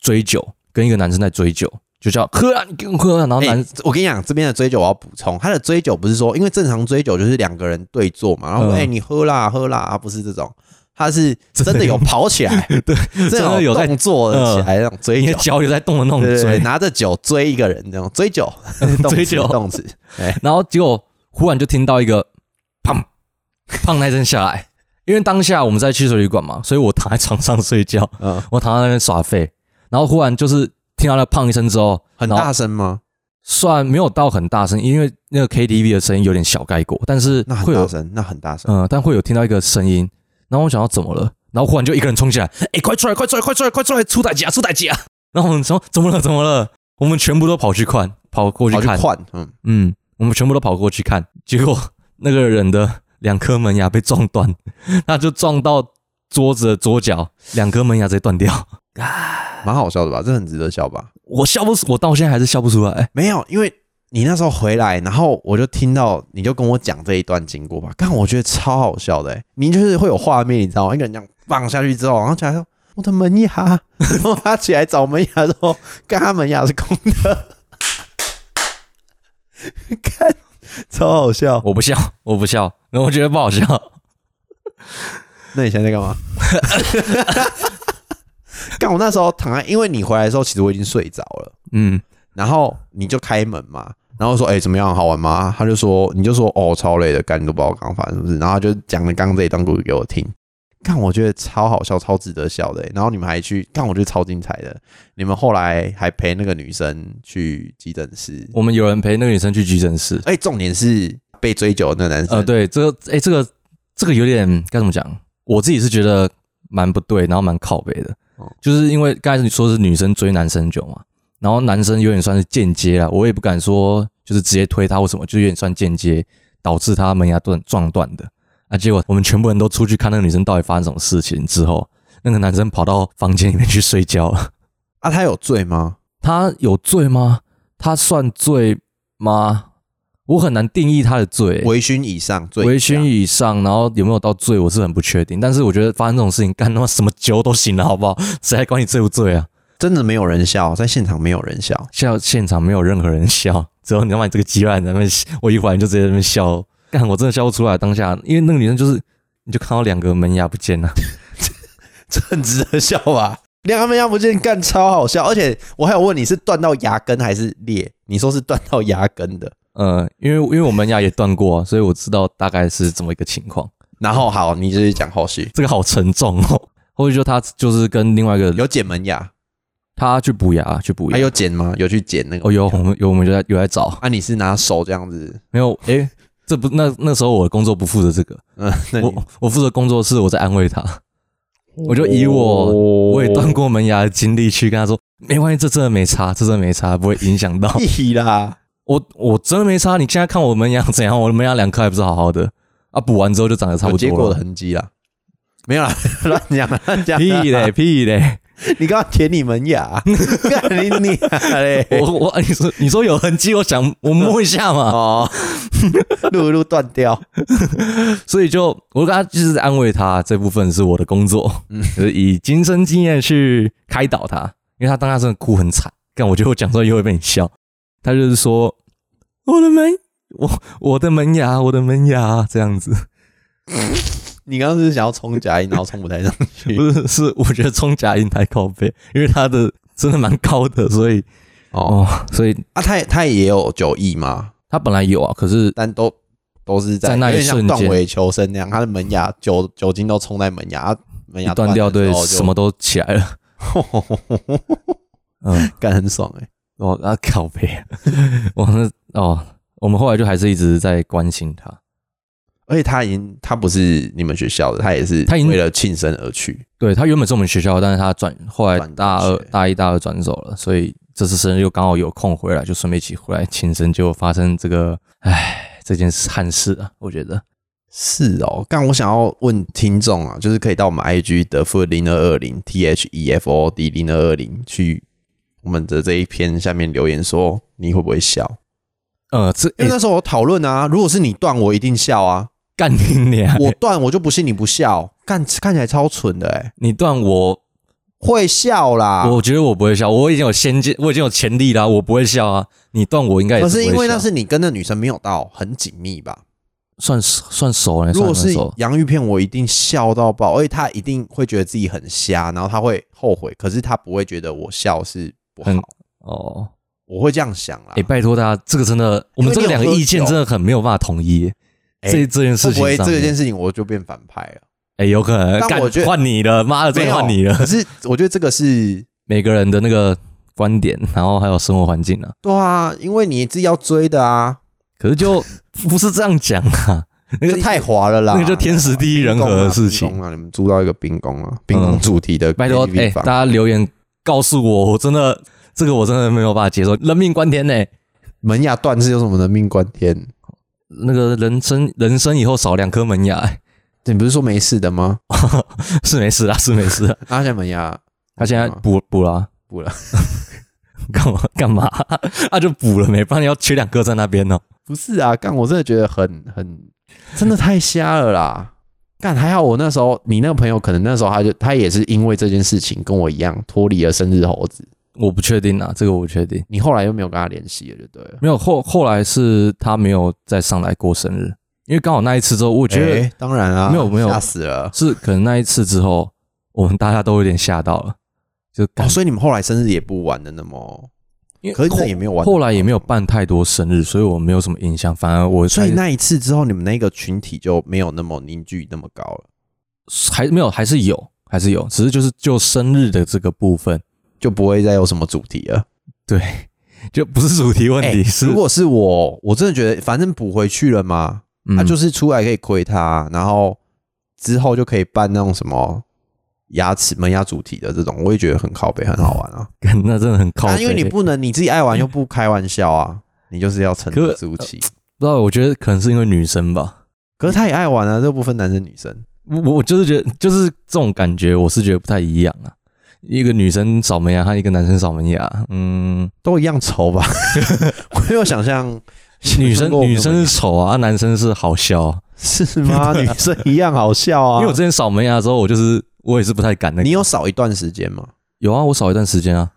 [SPEAKER 2] 追酒，跟一个男生在追酒，就叫喝啊，你给我喝啊，然后
[SPEAKER 1] 哎
[SPEAKER 2] 男、
[SPEAKER 1] 我跟你讲，这边的追酒我要补充，他的追酒不是说，因为正常追酒就是两个人对坐嘛，然后说
[SPEAKER 2] 嗯
[SPEAKER 1] 哎、你喝啦喝啦，啊不是这种，他是真的有
[SPEAKER 2] 真
[SPEAKER 1] 跑起 来，对，真
[SPEAKER 2] 真的有在
[SPEAKER 1] 动作的起来那种追
[SPEAKER 2] 因为
[SPEAKER 1] 酒，
[SPEAKER 2] 脚也在动的那种
[SPEAKER 1] 哎对对对，
[SPEAKER 2] 追，
[SPEAKER 1] 拿着酒追一个人那种追酒，动词
[SPEAKER 2] 追酒
[SPEAKER 1] 动词，
[SPEAKER 2] 然后结果忽然就听到一个砰砰那一声下来，因为当下我们在汽水旅馆嘛，所以我躺在床上睡觉，
[SPEAKER 1] 嗯，
[SPEAKER 2] 我躺在那边耍废，然后忽然就是听到那砰一声之后，
[SPEAKER 1] 很
[SPEAKER 2] 然后
[SPEAKER 1] 大声吗？
[SPEAKER 2] 算没有到很大声，因为那个 KTV 的声音有点小盖过，但是
[SPEAKER 1] 那
[SPEAKER 2] 会
[SPEAKER 1] 很
[SPEAKER 2] 有
[SPEAKER 1] 大声，那很大声，
[SPEAKER 2] 嗯，但会有听到一个声音，然后我想到怎么了，然后忽然就一个人冲进来，哎、快出来，快出来，快出来，快出来，出代机啊，出代机啊！然后我们说怎么了，怎么了？我们全部都跑去看，跑过去
[SPEAKER 1] 跑去
[SPEAKER 2] 看，
[SPEAKER 1] 换，嗯，
[SPEAKER 2] 嗯，我们全部都跑过去看，结果那个人的两颗门牙被撞断，他就撞到桌子的桌角，两颗门牙直接断掉。
[SPEAKER 1] 蛮好笑的吧？这很值得笑吧？
[SPEAKER 2] 我笑不出，我到现在还是笑不出来。
[SPEAKER 1] 没有，因为你那时候回来，然后我就听到你就跟我讲这一段经过吧，但我觉得超好笑的、欸，你就是会有画面，你知道吗？一个人这样放下去之后，然后起来说我的门牙， 然后他起来找门牙的时候，刚他门牙是空的， 看超好笑。
[SPEAKER 2] 我不笑，我不笑，然后我觉得不好笑。
[SPEAKER 1] 那你现在在干嘛？ 干我那时候躺在，因为你回来的时候，其实我已经睡着了。
[SPEAKER 2] 嗯，
[SPEAKER 1] 然后你就开门嘛，然后说：“哎、怎么样？好玩吗？”他就说：“你就说哦，超累的，干你都不知道刚刚发生什么事。”然后他就讲了刚刚这一段故事给我听，看我觉得超好笑，超值得笑的欸、然后你们还去看，我觉得超精彩的。你们后来还陪那个女生去急诊室，
[SPEAKER 2] 我们有人陪那个女生去急诊室。
[SPEAKER 1] 哎、重点是被追酒的那个男生，
[SPEAKER 2] 呃，对，这个，哎、这个，这个有点该怎么讲？我自己是觉得蛮不对，然后蛮靠北的，
[SPEAKER 1] 哦
[SPEAKER 2] 就是因为刚才你说是女生追男生酒嘛，然后男生有点算是间接啦，我也不敢说就是直接推他或什么，就有点算间接导致他门牙断撞断的。啊，结果我们全部人都出去看那个女生到底发生什么事情之后，那个男生跑到房间里面去睡觉了。
[SPEAKER 1] 啊，他有醉吗？
[SPEAKER 2] 他有罪吗？他算罪吗？我很难定义他的罪、欸
[SPEAKER 1] 微醺以上醉，
[SPEAKER 2] 微醺以上，然后有没有到醉，我是很不确定。但是我觉得发生这种事情，干他妈什么酒都行了，好不好？ 谁还管你醉不醉啊？
[SPEAKER 1] 真的没有人笑，在现场没有人笑，
[SPEAKER 2] 笑现场没有任何人笑， 只有你他妈你这个鸡巴人在那边，我一会儿就直接在那边笑，干我真的笑不出来。当下，因为那个女生就是，你就看到两个门牙不见了，啊
[SPEAKER 1] 这很值得笑吧？两个门牙不见干超好笑，而且我还有问你是断到牙根还是裂？你说是断到牙根的，
[SPEAKER 2] 呃，因为因为我门牙也断过、啊，所以我知道大概是怎么一个情况。
[SPEAKER 1] 然后好，你就是讲后续
[SPEAKER 2] 这个好沉重哦。 或者就他就是跟另外一个
[SPEAKER 1] 有剪门牙，
[SPEAKER 2] 他去补牙去补
[SPEAKER 1] 还
[SPEAKER 2] 牙，
[SPEAKER 1] 有剪吗？有去剪那个？
[SPEAKER 2] 哦有我们有我们就在有在找，
[SPEAKER 1] 啊，你是拿手这样子？
[SPEAKER 2] 没有诶、这不那那时候我的工作不负责这个，
[SPEAKER 1] 嗯，那你
[SPEAKER 2] 我我负责工作室，我在安慰他，我就以
[SPEAKER 1] 哦
[SPEAKER 2] 我我也断过门牙的经历去跟他说，没关系，这真的没差，这真的没差，不会影响到
[SPEAKER 1] 屁啦，
[SPEAKER 2] 我，我真的没差。你现在看我门牙怎样，我的门牙两颗还不是好好的啊，补完之后就长得差
[SPEAKER 1] 有
[SPEAKER 2] 不
[SPEAKER 1] 结
[SPEAKER 2] 多
[SPEAKER 1] 果
[SPEAKER 2] 了
[SPEAKER 1] 的，痕迹啦。没有啦， 乱讲啦乱讲啦，
[SPEAKER 2] 屁嘞 屁嘞！
[SPEAKER 1] 你刚刚舔你门 牙，干你你嘞！
[SPEAKER 2] 我我你说你说有痕迹，我想我摸一下嘛，
[SPEAKER 1] 哦，录一录断掉，
[SPEAKER 2] 所以就我跟他就是安慰他，这部分是我的工作，
[SPEAKER 1] 嗯
[SPEAKER 2] 就是以亲身经验去开导他，因为他当下真的哭很惨，但我觉得我讲出来又会被你笑。他就是说我的门，我我的门牙，我的门牙这样子，
[SPEAKER 1] 你刚刚是不是想要冲假音，然后冲不太上去
[SPEAKER 2] 不是是我觉得冲假音太高背，因为他的真的蛮高的，所以
[SPEAKER 1] 哦。
[SPEAKER 2] 哦，所以
[SPEAKER 1] 啊，他也他也有九亿嘛，
[SPEAKER 2] 他本来有啊，可是
[SPEAKER 1] 但都都是在
[SPEAKER 2] 在那一
[SPEAKER 1] 有点像
[SPEAKER 2] 瞬间
[SPEAKER 1] 断尾求生那样，他的门牙酒酒精都冲在门牙，啊门
[SPEAKER 2] 一
[SPEAKER 1] 牙
[SPEAKER 2] 断掉，对
[SPEAKER 1] 的时候就
[SPEAKER 2] 什么都起来了，嗯。
[SPEAKER 1] 干很爽哎、
[SPEAKER 2] 哦，啊，靠背， 我那哦，我们后来就还是一直在关心他。
[SPEAKER 1] 而且他已经他不是你们学校的，他也是
[SPEAKER 2] 他已经
[SPEAKER 1] 为了庆生而去，
[SPEAKER 2] 对他原本是我们学校，但是他转后来
[SPEAKER 1] 转
[SPEAKER 2] 大
[SPEAKER 1] 大
[SPEAKER 2] 二
[SPEAKER 1] 学、
[SPEAKER 2] 大一、大二转走了，所以这次生日又刚好有空回来，就顺便一起回来庆生，就发生这个唉这件憾事啊，我觉得
[SPEAKER 1] 是哦，但我想要问听众啊，就是可以到我们 IG 的 food 零二二零 t h e f o d 零二二零去我们的这一篇下面留言说你会不会笑？
[SPEAKER 2] 呃，这
[SPEAKER 1] 因为
[SPEAKER 2] 欸
[SPEAKER 1] 那时候我讨论啊，如果是你断我一定笑啊，
[SPEAKER 2] 干你 娘！
[SPEAKER 1] 我断我就不信你不笑，看看起来超蠢的哎、
[SPEAKER 2] 你断我，
[SPEAKER 1] 会笑啦。
[SPEAKER 2] 我觉得我不会笑，我已经有先见，我已经有潜力啦，我不会笑啊。你断我应该也
[SPEAKER 1] 可
[SPEAKER 2] 是啊
[SPEAKER 1] 是
[SPEAKER 2] 不会笑，
[SPEAKER 1] 因为那是你跟那女生没有到很紧密吧？
[SPEAKER 2] 算算熟了，
[SPEAKER 1] 如
[SPEAKER 2] 算
[SPEAKER 1] 果
[SPEAKER 2] 很
[SPEAKER 1] 是
[SPEAKER 2] 熟。
[SPEAKER 1] 洋芋片，我一定笑到爆，而且他一定会觉得自己很瞎，然后他会后悔，可是他不会觉得我笑是不好，
[SPEAKER 2] 很哦，
[SPEAKER 1] 我会这样想啦。
[SPEAKER 2] 哎、拜托大家，这个真的，我们这个两个意见真的很没有办法统一。
[SPEAKER 1] 哎
[SPEAKER 2] 这这件事
[SPEAKER 1] 会
[SPEAKER 2] 情
[SPEAKER 1] 不会
[SPEAKER 2] 上面，
[SPEAKER 1] 这件事情我就变反派了？
[SPEAKER 2] 哎、有可能，
[SPEAKER 1] 但
[SPEAKER 2] 干
[SPEAKER 1] 我觉得
[SPEAKER 2] 换你了，妈的，
[SPEAKER 1] 没
[SPEAKER 2] 真的
[SPEAKER 1] 有
[SPEAKER 2] 换你了。
[SPEAKER 1] 可是我觉得这个是
[SPEAKER 2] 每个人的那个观点，然后还有生活环境啊，
[SPEAKER 1] 对啊，因为你自己要追的啊，
[SPEAKER 2] 可 是就不是这样讲啊，那
[SPEAKER 1] 这
[SPEAKER 2] 个
[SPEAKER 1] 太滑了啦，
[SPEAKER 2] 那个就天时地利人和的事
[SPEAKER 1] 冰
[SPEAKER 2] 情。嗯
[SPEAKER 1] 宫啊，你们租到一个冰宫啊，冰宫主题的
[SPEAKER 2] 拜托，哎、
[SPEAKER 1] KTV
[SPEAKER 2] 大
[SPEAKER 1] 房，
[SPEAKER 2] 家留言告诉我，我真的这个我真的没有办法接受，人命关天呢、
[SPEAKER 1] 门牙断是有什么能命关天？
[SPEAKER 2] 那个人生人生以后少两颗门牙、哎
[SPEAKER 1] 你不是说没事的吗？
[SPEAKER 2] 是没事啊，是没 事啊。
[SPEAKER 1] 啊，现在门牙
[SPEAKER 2] 他现在
[SPEAKER 1] 嗯
[SPEAKER 2] 补补了啊、
[SPEAKER 1] 补了，
[SPEAKER 2] 干嘛干嘛？啊，就补了没，不然要缺两个在那边哦。
[SPEAKER 1] 不是啊，干我真的觉得很很真的太瞎了啦。干还好我那时候你那个朋友可能那时候他就他也是因为这件事情跟我一样脱离了生日猴子，
[SPEAKER 2] 我不确定啊，这个我不确定。
[SPEAKER 1] 你后来又没有跟他联系了，就对了。
[SPEAKER 2] 没有后后来是他没有再上来过生日，因为刚好那一次之后，我
[SPEAKER 1] 我觉
[SPEAKER 2] 觉
[SPEAKER 1] 得、
[SPEAKER 2] 得
[SPEAKER 1] 当然啊，
[SPEAKER 2] 没有没有
[SPEAKER 1] 吓死了。
[SPEAKER 2] 是可能那一次之后，我们大家都有点吓到了，就
[SPEAKER 1] 哦，
[SPEAKER 2] 感、
[SPEAKER 1] 所以你们后来生日也不玩的那么，
[SPEAKER 2] 因为
[SPEAKER 1] 可是
[SPEAKER 2] 后
[SPEAKER 1] 那也没有玩。
[SPEAKER 2] 后来也没有，办太多生日，所以我没有什么印象。反而我
[SPEAKER 1] 所以
[SPEAKER 2] 才
[SPEAKER 1] 那一次之后，你们那个群体就没有那么凝聚那么高了，
[SPEAKER 2] 还没有还是有还是有，只是就是就生日的这个部分，
[SPEAKER 1] 就不会再有什么主题了。
[SPEAKER 2] 对，就不是主题问题，
[SPEAKER 1] 哎
[SPEAKER 2] 是
[SPEAKER 1] 如果是我，我真的觉得反正补回去了嘛，
[SPEAKER 2] 嗯、
[SPEAKER 1] 他、就是出来可以亏他，然后之后就可以办那种什么牙齿门牙主题的这种，我也觉得很靠北，很好玩啊。
[SPEAKER 2] 干 那真的很 靠
[SPEAKER 1] 啊，
[SPEAKER 2] 北，
[SPEAKER 1] 因为你不能你自己爱玩又不开玩笑 啊，你就是要沉
[SPEAKER 2] 可
[SPEAKER 1] 得
[SPEAKER 2] 是
[SPEAKER 1] 住气。
[SPEAKER 2] 不知道，我觉得可能是因为女生吧。
[SPEAKER 1] 可是他也爱玩啊，这不分男生女生。
[SPEAKER 2] 我我就是觉得，就是这种感觉，我是觉得不太一样啊。一个女生扫门牙和一个男生扫门牙，嗯，
[SPEAKER 1] 都一样丑 吧？ 我没有想象
[SPEAKER 2] 女生
[SPEAKER 1] 跟我
[SPEAKER 2] 女
[SPEAKER 1] 朋
[SPEAKER 2] 生
[SPEAKER 1] 友
[SPEAKER 2] 是丑啊，男生是好笑啊、
[SPEAKER 1] 是吗？女生一样好笑啊！
[SPEAKER 2] 因为我之前扫门牙的时候，我就是我也是不太敢那个。
[SPEAKER 1] 你有少一段时间吗？
[SPEAKER 2] 有啊，我扫一段时间啊，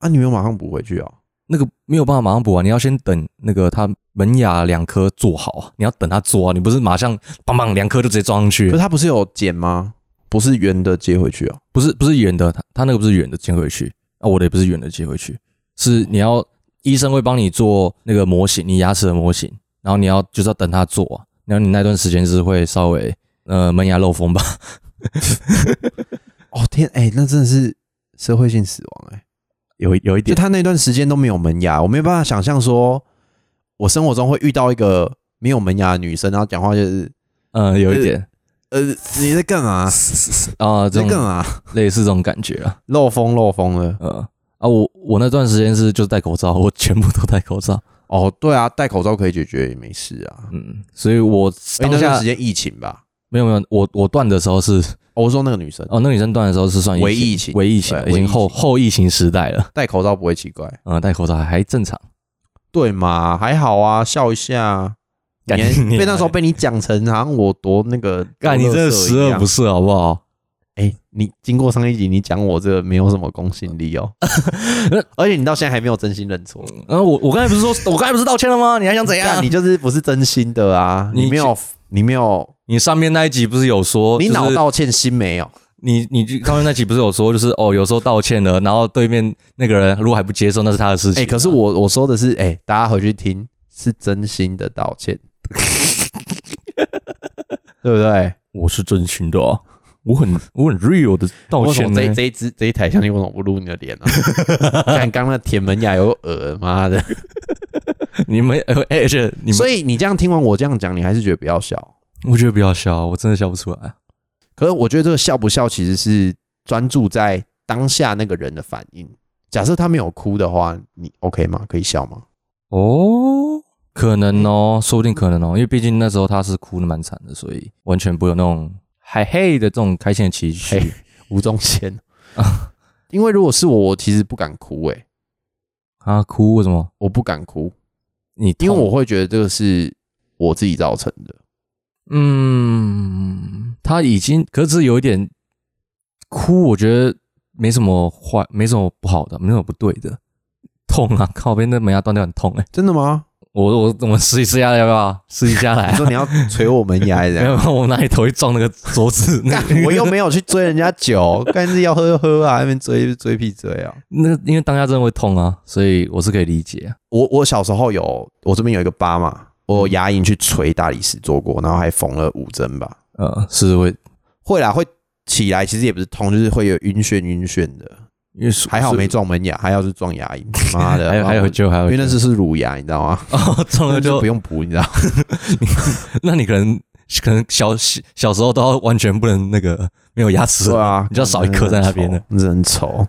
[SPEAKER 1] 啊，你没有马上补回去哦。
[SPEAKER 2] 那个没有办法马上补啊完，你要先等那个他门牙两颗做好啊，你要等它做啊，你不是马上棒棒两颗就直接装上
[SPEAKER 1] 可
[SPEAKER 2] 去啊
[SPEAKER 1] 是，它不是有剪吗？不是圆的接回去哦。
[SPEAKER 2] 不是不是圆的，他他那个不是圆的接回去，啊，我的也不是圆的接回去，是你要医生会帮你做那个模型，你牙齿的模型，然后你要就是要等他做、啊，然后你那段时间是会稍微呃门牙漏风吧，
[SPEAKER 1] 哦天，哎、那真的是社会性死亡哎、
[SPEAKER 2] 有有一
[SPEAKER 1] 就，他那段时间都没有门牙，我没有办法想象说，我生活中会遇到一个没有门牙的女生，然后讲话就是，
[SPEAKER 2] 呃，有一点
[SPEAKER 1] 呃，你在干嘛？
[SPEAKER 2] 啊、
[SPEAKER 1] 你
[SPEAKER 2] 这
[SPEAKER 1] 在干
[SPEAKER 2] 种
[SPEAKER 1] 嘛？
[SPEAKER 2] 类似这种感觉啊，
[SPEAKER 1] 漏风漏风了。
[SPEAKER 2] 呃啊，我我那段时间是就是戴口罩， 我全部都戴口罩，
[SPEAKER 1] 哦，对啊，戴口罩可以解决也没事啊。
[SPEAKER 2] 嗯，所以我
[SPEAKER 1] 哎、
[SPEAKER 2] 当
[SPEAKER 1] 那
[SPEAKER 2] 下
[SPEAKER 1] 段时间疫情吧，
[SPEAKER 2] 没有没有，我我断的时候是
[SPEAKER 1] 哦我说那个女生
[SPEAKER 2] 哦，那个女生断的时候是算
[SPEAKER 1] 为疫情
[SPEAKER 2] 为疫情
[SPEAKER 1] 对
[SPEAKER 2] 了已经
[SPEAKER 1] 为疫情
[SPEAKER 2] 后后疫情时代了。
[SPEAKER 1] 戴口罩不会奇怪，
[SPEAKER 2] 嗯，戴口罩还还正常。
[SPEAKER 1] 对嘛？还好啊，笑一下。你
[SPEAKER 2] 干
[SPEAKER 1] 还
[SPEAKER 2] 你
[SPEAKER 1] 被那时候
[SPEAKER 2] 还
[SPEAKER 1] 被你讲成好像我多那个，
[SPEAKER 2] 干，你真的十恶不
[SPEAKER 1] 是？
[SPEAKER 2] 赦好不好？
[SPEAKER 1] 哎，你经过上一集，你讲我这个没有什么公信力 哦，而且你到现在还没有真心认错，
[SPEAKER 2] 然嗯后我我刚才不是说，我刚才不是道歉了吗？你还想怎
[SPEAKER 1] 干
[SPEAKER 2] 样？
[SPEAKER 1] 你
[SPEAKER 2] 你
[SPEAKER 1] 就是不是真心的啊？
[SPEAKER 2] 啊你
[SPEAKER 1] 你没有，你没有，
[SPEAKER 2] 你上面那一集不是有说，
[SPEAKER 1] 你
[SPEAKER 2] 就是
[SPEAKER 1] 脑道歉心没有？
[SPEAKER 2] 你你就上面那集不是有说，就是哦，有时候道歉了，然后对面那个人如果还不接受，那是啊他的事情。
[SPEAKER 1] 哎，可是我我说的是，哎，大家回去听，是真心的道歉， 对不对？
[SPEAKER 2] 我是真心的、啊，我很我很 real 的道
[SPEAKER 1] 为什
[SPEAKER 2] 歉
[SPEAKER 1] 么
[SPEAKER 2] 呢、
[SPEAKER 1] 这这一支这一台相机为什么不录你的脸呢、啊？ 看刚刚那铁门牙有耳，妈的！
[SPEAKER 2] 你们哎、而且你们，
[SPEAKER 1] 所以你这样听完我这样讲，你还是觉得不要笑。
[SPEAKER 2] 我觉得不要笑，啊我真的笑不出来。
[SPEAKER 1] 可是我觉得这个笑不笑其实是专注在当下那个人的反应。假设他没有哭的话，你 OK 吗？可以笑吗？
[SPEAKER 2] 哦，可能哦，说不定可能哦，因为毕竟那时候他是哭的蛮惨的，所以完全不会有那种嗨嘿的这种开心的情绪。
[SPEAKER 1] 嘿吴宗宪啊，因为如果是我，我其实不敢哭、欸，诶，
[SPEAKER 2] 啊，哭为什么？
[SPEAKER 1] 我不敢哭，
[SPEAKER 2] 你
[SPEAKER 1] 因为
[SPEAKER 2] 痛
[SPEAKER 1] 我会觉得这个是我自己造成的。
[SPEAKER 2] 嗯，他已经可是有一点哭，我觉得没什么坏，没什么不好的，没什么不对的。痛啊！ 靠边，那门牙断掉很痛哎、
[SPEAKER 1] 真的 吗？
[SPEAKER 2] 我我我们试一试下来要不要？试一下来、
[SPEAKER 1] 你
[SPEAKER 2] 啊。
[SPEAKER 1] 说你要捶我门牙 这
[SPEAKER 2] 没
[SPEAKER 1] 样？
[SPEAKER 2] 有，我哪里头会撞那个桌子？那
[SPEAKER 1] 干我又没有去追人家酒， 但是要喝就喝啊，那边追追屁追啊！
[SPEAKER 2] 那因为当下真的会痛啊，所以我是可以理解啊。
[SPEAKER 1] 我我小时候有，我这边有一个疤嘛，我牙龈去捶大理石做过，然后还缝了五针吧。
[SPEAKER 2] 呃，是会，
[SPEAKER 1] 会啦，会起来，其实也不是痛，就是会有晕眩晕眩的。
[SPEAKER 2] 因为是
[SPEAKER 1] 还好没
[SPEAKER 2] 是
[SPEAKER 1] 撞门牙，还好是撞牙 龈。妈的，
[SPEAKER 2] 还有还有
[SPEAKER 1] 我
[SPEAKER 2] 救，还有
[SPEAKER 1] 因为那
[SPEAKER 2] 救
[SPEAKER 1] 次是乳牙，你知道吗？
[SPEAKER 2] 哦，中
[SPEAKER 1] 那
[SPEAKER 2] 了
[SPEAKER 1] 就
[SPEAKER 2] 就
[SPEAKER 1] 不用补，你知道？
[SPEAKER 2] 那你可能可能小小时候都要完全不能那个没有牙齿
[SPEAKER 1] 对 啊，
[SPEAKER 2] 你就少一颗在那边了
[SPEAKER 1] 真的很丑，真的很丑，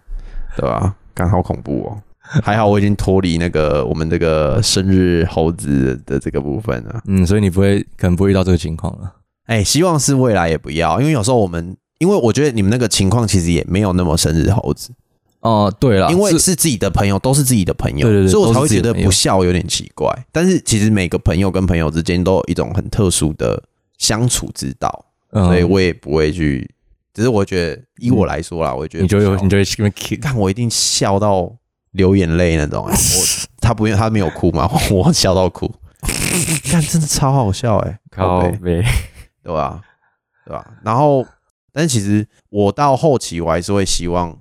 [SPEAKER 1] 对吧、啊？感好恐怖哦。还好我已经脱离那个我们这个生日猴子的这个部分了。
[SPEAKER 2] 嗯，所以你不会，可能不会遇到这个情况啊了。
[SPEAKER 1] 哎、希望是未来也不要，因为有时候我们，因为我觉得你们那个情况其实也没有那么生日猴子，
[SPEAKER 2] 哦，对了，
[SPEAKER 1] 因为
[SPEAKER 2] 是
[SPEAKER 1] 是自己的朋友，都是自己的朋友，
[SPEAKER 2] 对对对
[SPEAKER 1] 所以我才
[SPEAKER 2] 都
[SPEAKER 1] 会
[SPEAKER 2] 是
[SPEAKER 1] 觉
[SPEAKER 2] 自己的
[SPEAKER 1] 得
[SPEAKER 2] 朋友
[SPEAKER 1] 不笑有点奇怪。但是其实每个朋友跟朋友之间都有一种很特殊的相处之道，
[SPEAKER 2] 嗯
[SPEAKER 1] 所以我也不会去。只是我觉得，以我来说啦，我觉得
[SPEAKER 2] 你就
[SPEAKER 1] 不
[SPEAKER 2] 会
[SPEAKER 1] 笑
[SPEAKER 2] 你就会这边 kick，
[SPEAKER 1] 看我一定笑到流眼泪那种、欸。我他不用，他没有哭嘛， 我笑到哭。看，真的超好笑哎、欸，背
[SPEAKER 2] 背，
[SPEAKER 1] 对吧、对吧、啊然后，但其实我到后期我还是会希望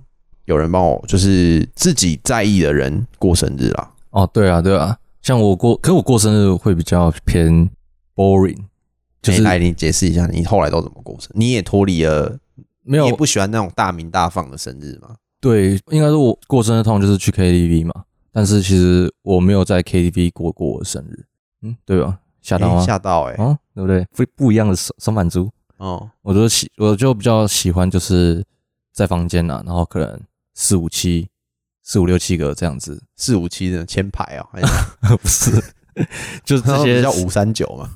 [SPEAKER 1] 有人帮我，就是自己在意的人过生日啦。
[SPEAKER 2] 哦，对啊，对啊，像我过，可是我过生日会比较偏 boring，就是
[SPEAKER 1] 哎来，你解释一下你后来都怎么过生日？你也脱离了，
[SPEAKER 2] 没
[SPEAKER 1] 你
[SPEAKER 2] 有
[SPEAKER 1] 也不喜欢那种大名大放的生日吗？
[SPEAKER 2] 对，应该说我过生日通常就是去 KTV 嘛，但是其实我没有在 KTV 过过我的生日，嗯，对吧？吓到
[SPEAKER 1] 哎
[SPEAKER 2] 吗？
[SPEAKER 1] 吓到哎、欸，
[SPEAKER 2] 啊，对不对？不不一样的手手满足，
[SPEAKER 1] 哦、
[SPEAKER 2] 我就喜我就比较喜欢就是在房间啊，然后可能四五七四五六七个这样子，
[SPEAKER 1] 四五七的千排哦、还是
[SPEAKER 2] 不是， 就是这些
[SPEAKER 1] 叫五三九嘛，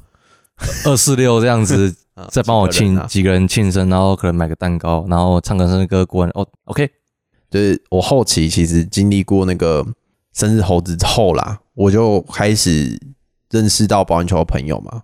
[SPEAKER 2] 二四六这样子，
[SPEAKER 1] 啊
[SPEAKER 2] 再帮我
[SPEAKER 1] 几个人
[SPEAKER 2] 庆
[SPEAKER 1] 啊
[SPEAKER 2] 几个人庆生，然后可能买个蛋糕，然后唱个生日歌，过完哦，OK，
[SPEAKER 1] 就是我后期其实经历过那个生日猴子之后啦，我就开始认识到保龄球的朋友嘛。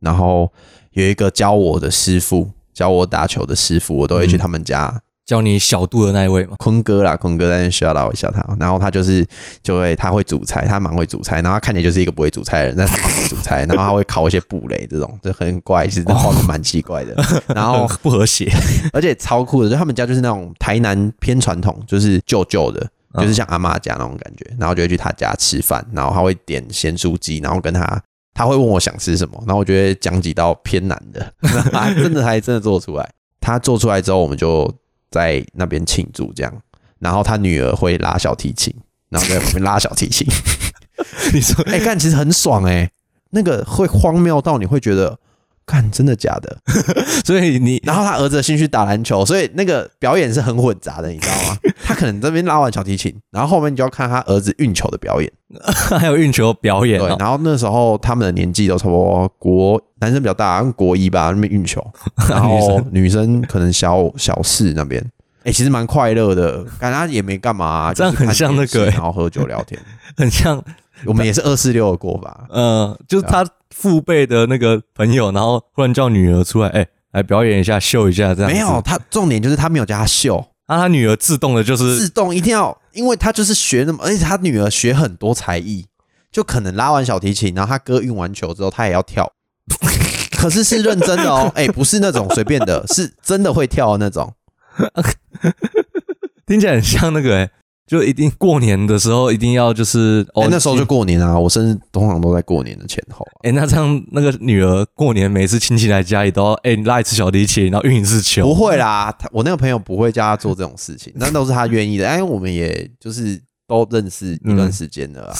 [SPEAKER 1] 然后有一个教我的师傅，教我打球的师傅，我都会去他们家。
[SPEAKER 2] 叫你小度的那一位嘛，
[SPEAKER 1] 坤哥啦，坤哥在那需要拉我一下他。然后他就是就会他会煮菜，他蛮会煮菜，然后他看起来就是一个不会煮菜的人，但是他会煮菜，然后他会烤一些布雷这种，就很怪，其实画面蛮奇怪的。然后
[SPEAKER 2] 很不和 谐，
[SPEAKER 1] 而且超酷的，就他们家就是那种台南偏传统，就是旧旧的，
[SPEAKER 2] 啊嗯
[SPEAKER 1] 就是像阿妈家那种感觉，然后就会去他家吃饭，然后他会点咸酥鸡，然后跟他他会问我想吃什么，然后我就会讲几道偏难的， 然后他真的还真的做出来，他做出来之后，我们就在那边庆祝这样，然后他女儿会拉小提琴，然后在旁边拉小提琴，
[SPEAKER 2] 你说
[SPEAKER 1] 欸哎、看其实很爽哎、那个会荒谬到你会觉得看真的假的？
[SPEAKER 2] 所以你
[SPEAKER 1] 然后他儿子的兴趣打篮球，所以那个表演是很混杂的，你知道吗？他可能这边拉完小提琴，然后后面你就要看他儿子运球的表演。
[SPEAKER 2] 还有运球表 演
[SPEAKER 1] 对，
[SPEAKER 2] 哦，
[SPEAKER 1] 然后那时候他们的年纪都差不多国男生比较大，国一吧那边运 球，然后女生可能小小四那边，哎、其实蛮快乐的，感觉他也没干嘛、啊
[SPEAKER 2] 这样
[SPEAKER 1] 就是看
[SPEAKER 2] 很像那个
[SPEAKER 1] 电视
[SPEAKER 2] 欸
[SPEAKER 1] 然后喝酒聊 天，
[SPEAKER 2] 很像
[SPEAKER 1] 我们也是二四六的过法，
[SPEAKER 2] 呃，就是他父辈的那个朋友，然后忽然叫女儿出来，哎、来表演一下，秀一下这样子。
[SPEAKER 1] 没有，他重点就是他没有叫他秀，
[SPEAKER 2] 那、他女儿自动的就是
[SPEAKER 1] 自动一定要，因为他就是学那么，而且他女儿学很多才艺，就可能拉完小提琴，然后他哥运完球之后，他也要 跳。可是是认真的哦，哎、不是那种随便的，是真的会跳的那种。
[SPEAKER 2] 听起来很像那个、哎，就一定过年的时候一定要就是哦、
[SPEAKER 1] 哎、那时候就过年啊，我生日通常都在过年的前后、啊。
[SPEAKER 2] 哎、那这样那个女儿过年每次亲戚来家里都要哎、你拉一次小提琴，然后运一次
[SPEAKER 1] 不
[SPEAKER 2] 球，
[SPEAKER 1] 会啦，他我那个朋友不会叫他做这种事情，那都是他愿意的。哎，我们也就是都认识一段时间了啊。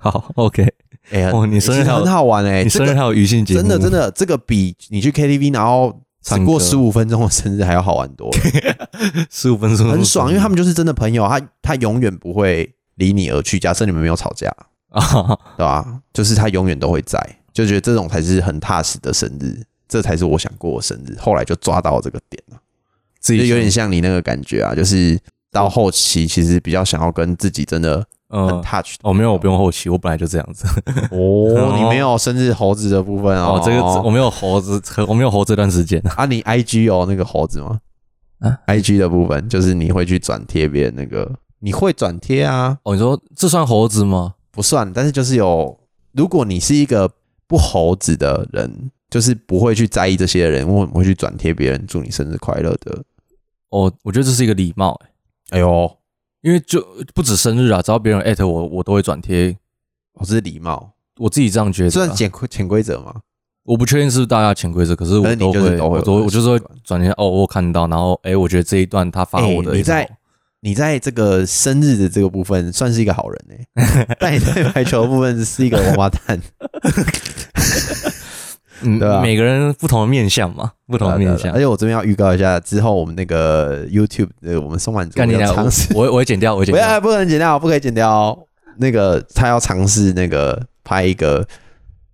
[SPEAKER 2] 好，OK，
[SPEAKER 1] 哎、
[SPEAKER 2] 哦你
[SPEAKER 1] 哎
[SPEAKER 2] 生日
[SPEAKER 1] 其实
[SPEAKER 2] 还有
[SPEAKER 1] 很好玩哎、
[SPEAKER 2] 你
[SPEAKER 1] 这
[SPEAKER 2] 生日
[SPEAKER 1] 个
[SPEAKER 2] 还有余兴节目，
[SPEAKER 1] 真的真的，这个比你去 KTV 然后只
[SPEAKER 2] 唱
[SPEAKER 1] 过
[SPEAKER 2] 歌
[SPEAKER 1] 十五分钟的生日还要好玩多 了，
[SPEAKER 2] 十五分钟
[SPEAKER 1] 很爽，因为他们就是真的朋友，他他永远不会离你而去。假设你们没有吵架，
[SPEAKER 2] 啊，
[SPEAKER 1] 对吧、就是他永远都会在，就觉得这种才是很踏实的生日，这才是我想过的生日。后来就抓到这个点了，
[SPEAKER 2] 自己
[SPEAKER 1] 就有点
[SPEAKER 2] 想
[SPEAKER 1] 像你那个感觉啊，就是到后期其实比较想要跟自己真的很
[SPEAKER 2] 嗯。
[SPEAKER 1] touch
[SPEAKER 2] 哦，没有，我不用后期，我本来就这样子。
[SPEAKER 1] 哦你没有生日猴子的部分哦
[SPEAKER 2] 哦，，这个我没有猴子，我没有猴这段时间啊。
[SPEAKER 1] 啊，你 IG 有那个猴子吗？
[SPEAKER 2] 啊
[SPEAKER 1] ，IG 的部分就是你会去转贴别人那个，你会转贴啊？
[SPEAKER 2] 哦，你说这算猴子吗？
[SPEAKER 1] 不算，但是就是有，如果你是一个不猴子的人，就是不会去在意这些的人，为什么会去转贴别人祝你生日快乐的？
[SPEAKER 2] 哦，我觉得这是一个礼貌、欸，
[SPEAKER 1] 哎呦，哦，
[SPEAKER 2] 因为就不止生日啊，只要别人艾特我，我都会转贴。
[SPEAKER 1] 哦这是礼貌，
[SPEAKER 2] 我自己这样觉
[SPEAKER 1] 这
[SPEAKER 2] 得、
[SPEAKER 1] 算
[SPEAKER 2] 啊，
[SPEAKER 1] 潜规潜规则吗？
[SPEAKER 2] 我不确定是不是大家潜规则，可是
[SPEAKER 1] 但
[SPEAKER 2] 我
[SPEAKER 1] 是你
[SPEAKER 2] 都
[SPEAKER 1] 就是
[SPEAKER 2] 会，
[SPEAKER 1] 都会
[SPEAKER 2] 我
[SPEAKER 1] 有
[SPEAKER 2] 都
[SPEAKER 1] 这个
[SPEAKER 2] 我就是会
[SPEAKER 1] 习惯
[SPEAKER 2] 转贴。哦，我有看到，然后哎、我觉得这一段他发我的、
[SPEAKER 1] 哎你在你在这个生日的这个部分算是一个好人呢、但你在排球的部分是一个王八 蛋。
[SPEAKER 2] 嗯，
[SPEAKER 1] 对啊
[SPEAKER 2] 每个人不同的面相嘛，不同
[SPEAKER 1] 对啊对
[SPEAKER 2] 的
[SPEAKER 1] 啊
[SPEAKER 2] 面
[SPEAKER 1] 对啊
[SPEAKER 2] 相
[SPEAKER 1] 而。且我这边要预告一下，之后我们那个 YouTube 呃，我们松满族
[SPEAKER 2] 干你
[SPEAKER 1] 要
[SPEAKER 2] 俩，
[SPEAKER 1] 尝试，
[SPEAKER 2] 我我会剪掉，我会剪
[SPEAKER 1] 不
[SPEAKER 2] 掉。
[SPEAKER 1] 要不能剪掉，不可以剪掉哦。那个他要尝试那个拍一个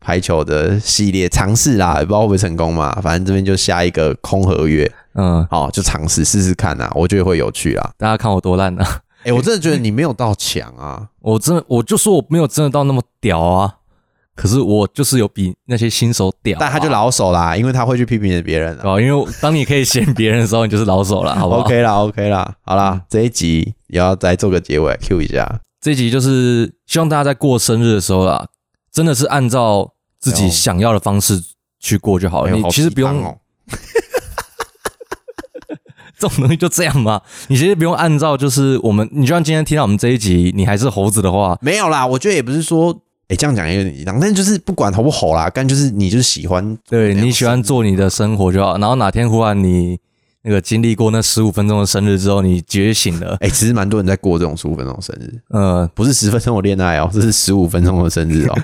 [SPEAKER 1] 排球的系列尝试啦，也不知道会不会成功嘛。反正这边就下一个空合约，
[SPEAKER 2] 嗯，
[SPEAKER 1] 好、就尝试试试看啦，啊我觉得会有趣啦。
[SPEAKER 2] 大家看我多烂啊！
[SPEAKER 1] 哎、我真的觉得你没有到强啊，
[SPEAKER 2] 我真的，我就说我没有真的到那么屌啊，可是我就是有比那些新手屌啊、
[SPEAKER 1] 但他就老手啦，因为他会去批评别人啊啦。
[SPEAKER 2] 哦，因为当你可以嫌别人的时候，你就是老手了， 好不好
[SPEAKER 1] OK 啦，OK 啦，好啦，
[SPEAKER 2] 嗯
[SPEAKER 1] 这一集也要再做个结尾，Q 一下。
[SPEAKER 2] 这一集就是希望大家在过生日的时候啦，真的是按照自己想要的方式去过就好
[SPEAKER 1] 哎
[SPEAKER 2] 了。
[SPEAKER 1] 呦
[SPEAKER 2] 你
[SPEAKER 1] 好
[SPEAKER 2] 其实
[SPEAKER 1] 鸡
[SPEAKER 2] 不用、
[SPEAKER 1] 汤哦
[SPEAKER 2] 这种东西就这样嘛，你其实不用按照就是我们，你就算今天听到我们这一集，你还是猴子的话，
[SPEAKER 1] 没有啦，我觉得也不是说，哎、这样讲也有点一样，但就是不管吼不吼啦，干就是你就是喜欢，
[SPEAKER 2] 对你喜欢做你的生活就好。然后哪天忽然你那个经历过那十五分钟的生日之后，你觉醒了，
[SPEAKER 1] 哎、其实蛮多人在过这种十五分钟的生日，
[SPEAKER 2] 呃，
[SPEAKER 1] 不是十分钟的恋爱哦、这是十五分钟的生日哦、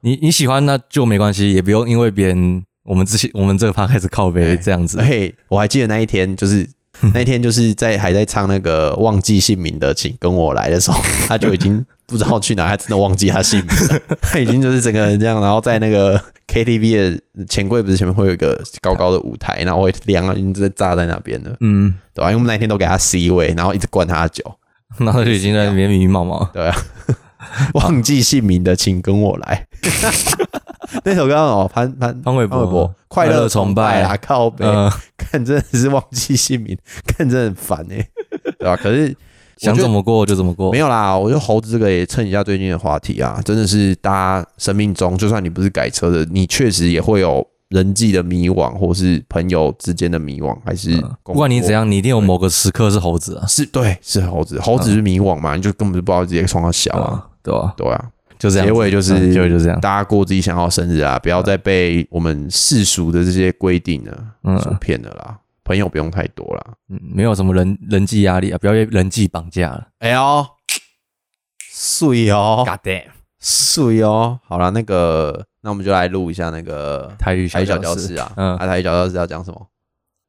[SPEAKER 2] 你你喜欢那就没关系，也不用因为别人我们之前我们这个趴开始靠
[SPEAKER 1] 哎
[SPEAKER 2] 背这样子
[SPEAKER 1] 嘿，。我还记得那一天，就是那一天就是在还在唱那个忘记姓名的，请跟我来的 时候，他就已经不知道去哪，他真的忘记他姓名 了，他已经就是整个人这样，然后在那 个 KTV 的钱柜不是前面会有一个高高的舞台，然后会亮，已经在炸在那边了。
[SPEAKER 2] 嗯，
[SPEAKER 1] 对啊吧、因为我们那天都给他 C 位，然后一直灌他的酒，
[SPEAKER 2] 然后就已经在那边迷迷茫茫。
[SPEAKER 1] 对啊。忘记姓名的，请跟我来。 那首歌叫什么？潘潘
[SPEAKER 2] 潘玮柏
[SPEAKER 1] 柏，快
[SPEAKER 2] 快乐
[SPEAKER 1] 哦乐
[SPEAKER 2] 崇
[SPEAKER 1] 崇
[SPEAKER 2] 拜
[SPEAKER 1] 拜啦，靠北，
[SPEAKER 2] 呃，
[SPEAKER 1] 看真的是忘记姓名， 看真的很烦哎、对吧、可是
[SPEAKER 2] 想
[SPEAKER 1] 我觉得
[SPEAKER 2] 怎么过就怎么过，
[SPEAKER 1] 没有啦，我觉得猴子这个也蹭一下最近的话题啊，真的是大家生命中，就算你不是改车的，你确实也会有人际的迷惘，或是朋友之间的迷惘，还是
[SPEAKER 2] 嗯
[SPEAKER 1] 工
[SPEAKER 2] 不管你
[SPEAKER 1] 作
[SPEAKER 2] 怎样，你一定有某个时刻是猴子啊，
[SPEAKER 1] 是对，是猴子，猴子是迷惘嘛，你就根本就不知道自己在创造小啊，
[SPEAKER 2] 啊，对吧？
[SPEAKER 1] 对啊。
[SPEAKER 2] 嗯就这样
[SPEAKER 1] 结
[SPEAKER 2] 子，
[SPEAKER 1] 尾就是、
[SPEAKER 2] 嗯结尾就这样，
[SPEAKER 1] 大家过自己想要的生日啊，不要再被我们世俗的这些规定呢、
[SPEAKER 2] 嗯
[SPEAKER 1] 所骗了啦。朋友不用太多啦。
[SPEAKER 2] 嗯没有什么人人际压力啊，不要被人际绑架了。
[SPEAKER 1] 哎呦，碎哦，
[SPEAKER 2] damn，
[SPEAKER 1] 哦碎哦。好啦，那个那我们就来录一下那个
[SPEAKER 2] 台语
[SPEAKER 1] 台语小
[SPEAKER 2] 教
[SPEAKER 1] 教室啊，
[SPEAKER 2] 嗯
[SPEAKER 1] 啊，台语小教室要讲什么？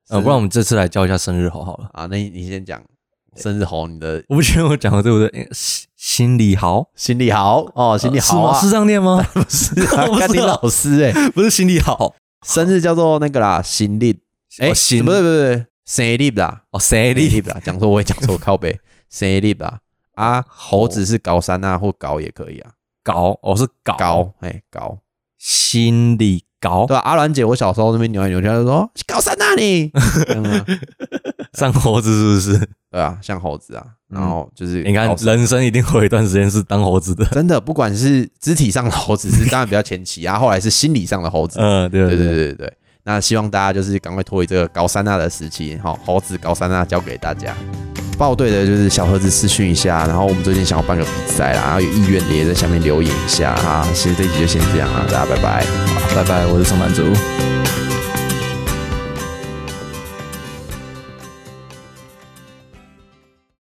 [SPEAKER 2] 呃，不然我们这次来教一下生日猴好了。
[SPEAKER 1] 啊，那你你先讲生日猴，你的
[SPEAKER 2] 我不觉得我讲的对不对？诶心心理豪，
[SPEAKER 1] 心理好哦，心理好啊，
[SPEAKER 2] 是吗？是这样念吗？
[SPEAKER 1] 不 是 啊
[SPEAKER 2] 呃不是啊
[SPEAKER 1] 甘霖老师哎、
[SPEAKER 2] 不是心理豪，
[SPEAKER 1] 生日叫做那个啦，新历哎，
[SPEAKER 2] 哦心
[SPEAKER 1] 不是不是不是生历啦，
[SPEAKER 2] 哦，生
[SPEAKER 1] 生历
[SPEAKER 2] 理
[SPEAKER 1] 啦，讲错我也讲错，靠 背生历啦啊，猴子是高山啊，或高也可以啊，
[SPEAKER 2] 哦搞，哦是搞
[SPEAKER 1] 高哎高，
[SPEAKER 2] 心理搞
[SPEAKER 1] 对，啊吧、阿兰姐，我小时候那边扭来扭去，她就说高山啊你， 这样啊
[SPEAKER 2] 上猴子是不是？
[SPEAKER 1] 对啊，像猴子啊，然后就是
[SPEAKER 2] 嗯你看
[SPEAKER 1] 高，山
[SPEAKER 2] 人生一定会有一段时间是当猴子的。
[SPEAKER 1] 真的不管是肢体上的猴子是当然比较前期啊，后来是心理上的猴子，
[SPEAKER 2] 嗯，对
[SPEAKER 1] 对对
[SPEAKER 2] 对
[SPEAKER 1] 对对对。那希望大家就是赶快脱离这个高三那的时期，好，猴子高三那交给大家。报队的就是小盒子私讯一下，然后我们最近想要办个比赛啦，然后有意愿的也在下面留言一下啊。其实这一集就先这样啦，大家拜拜。
[SPEAKER 2] 拜拜，我是上班族。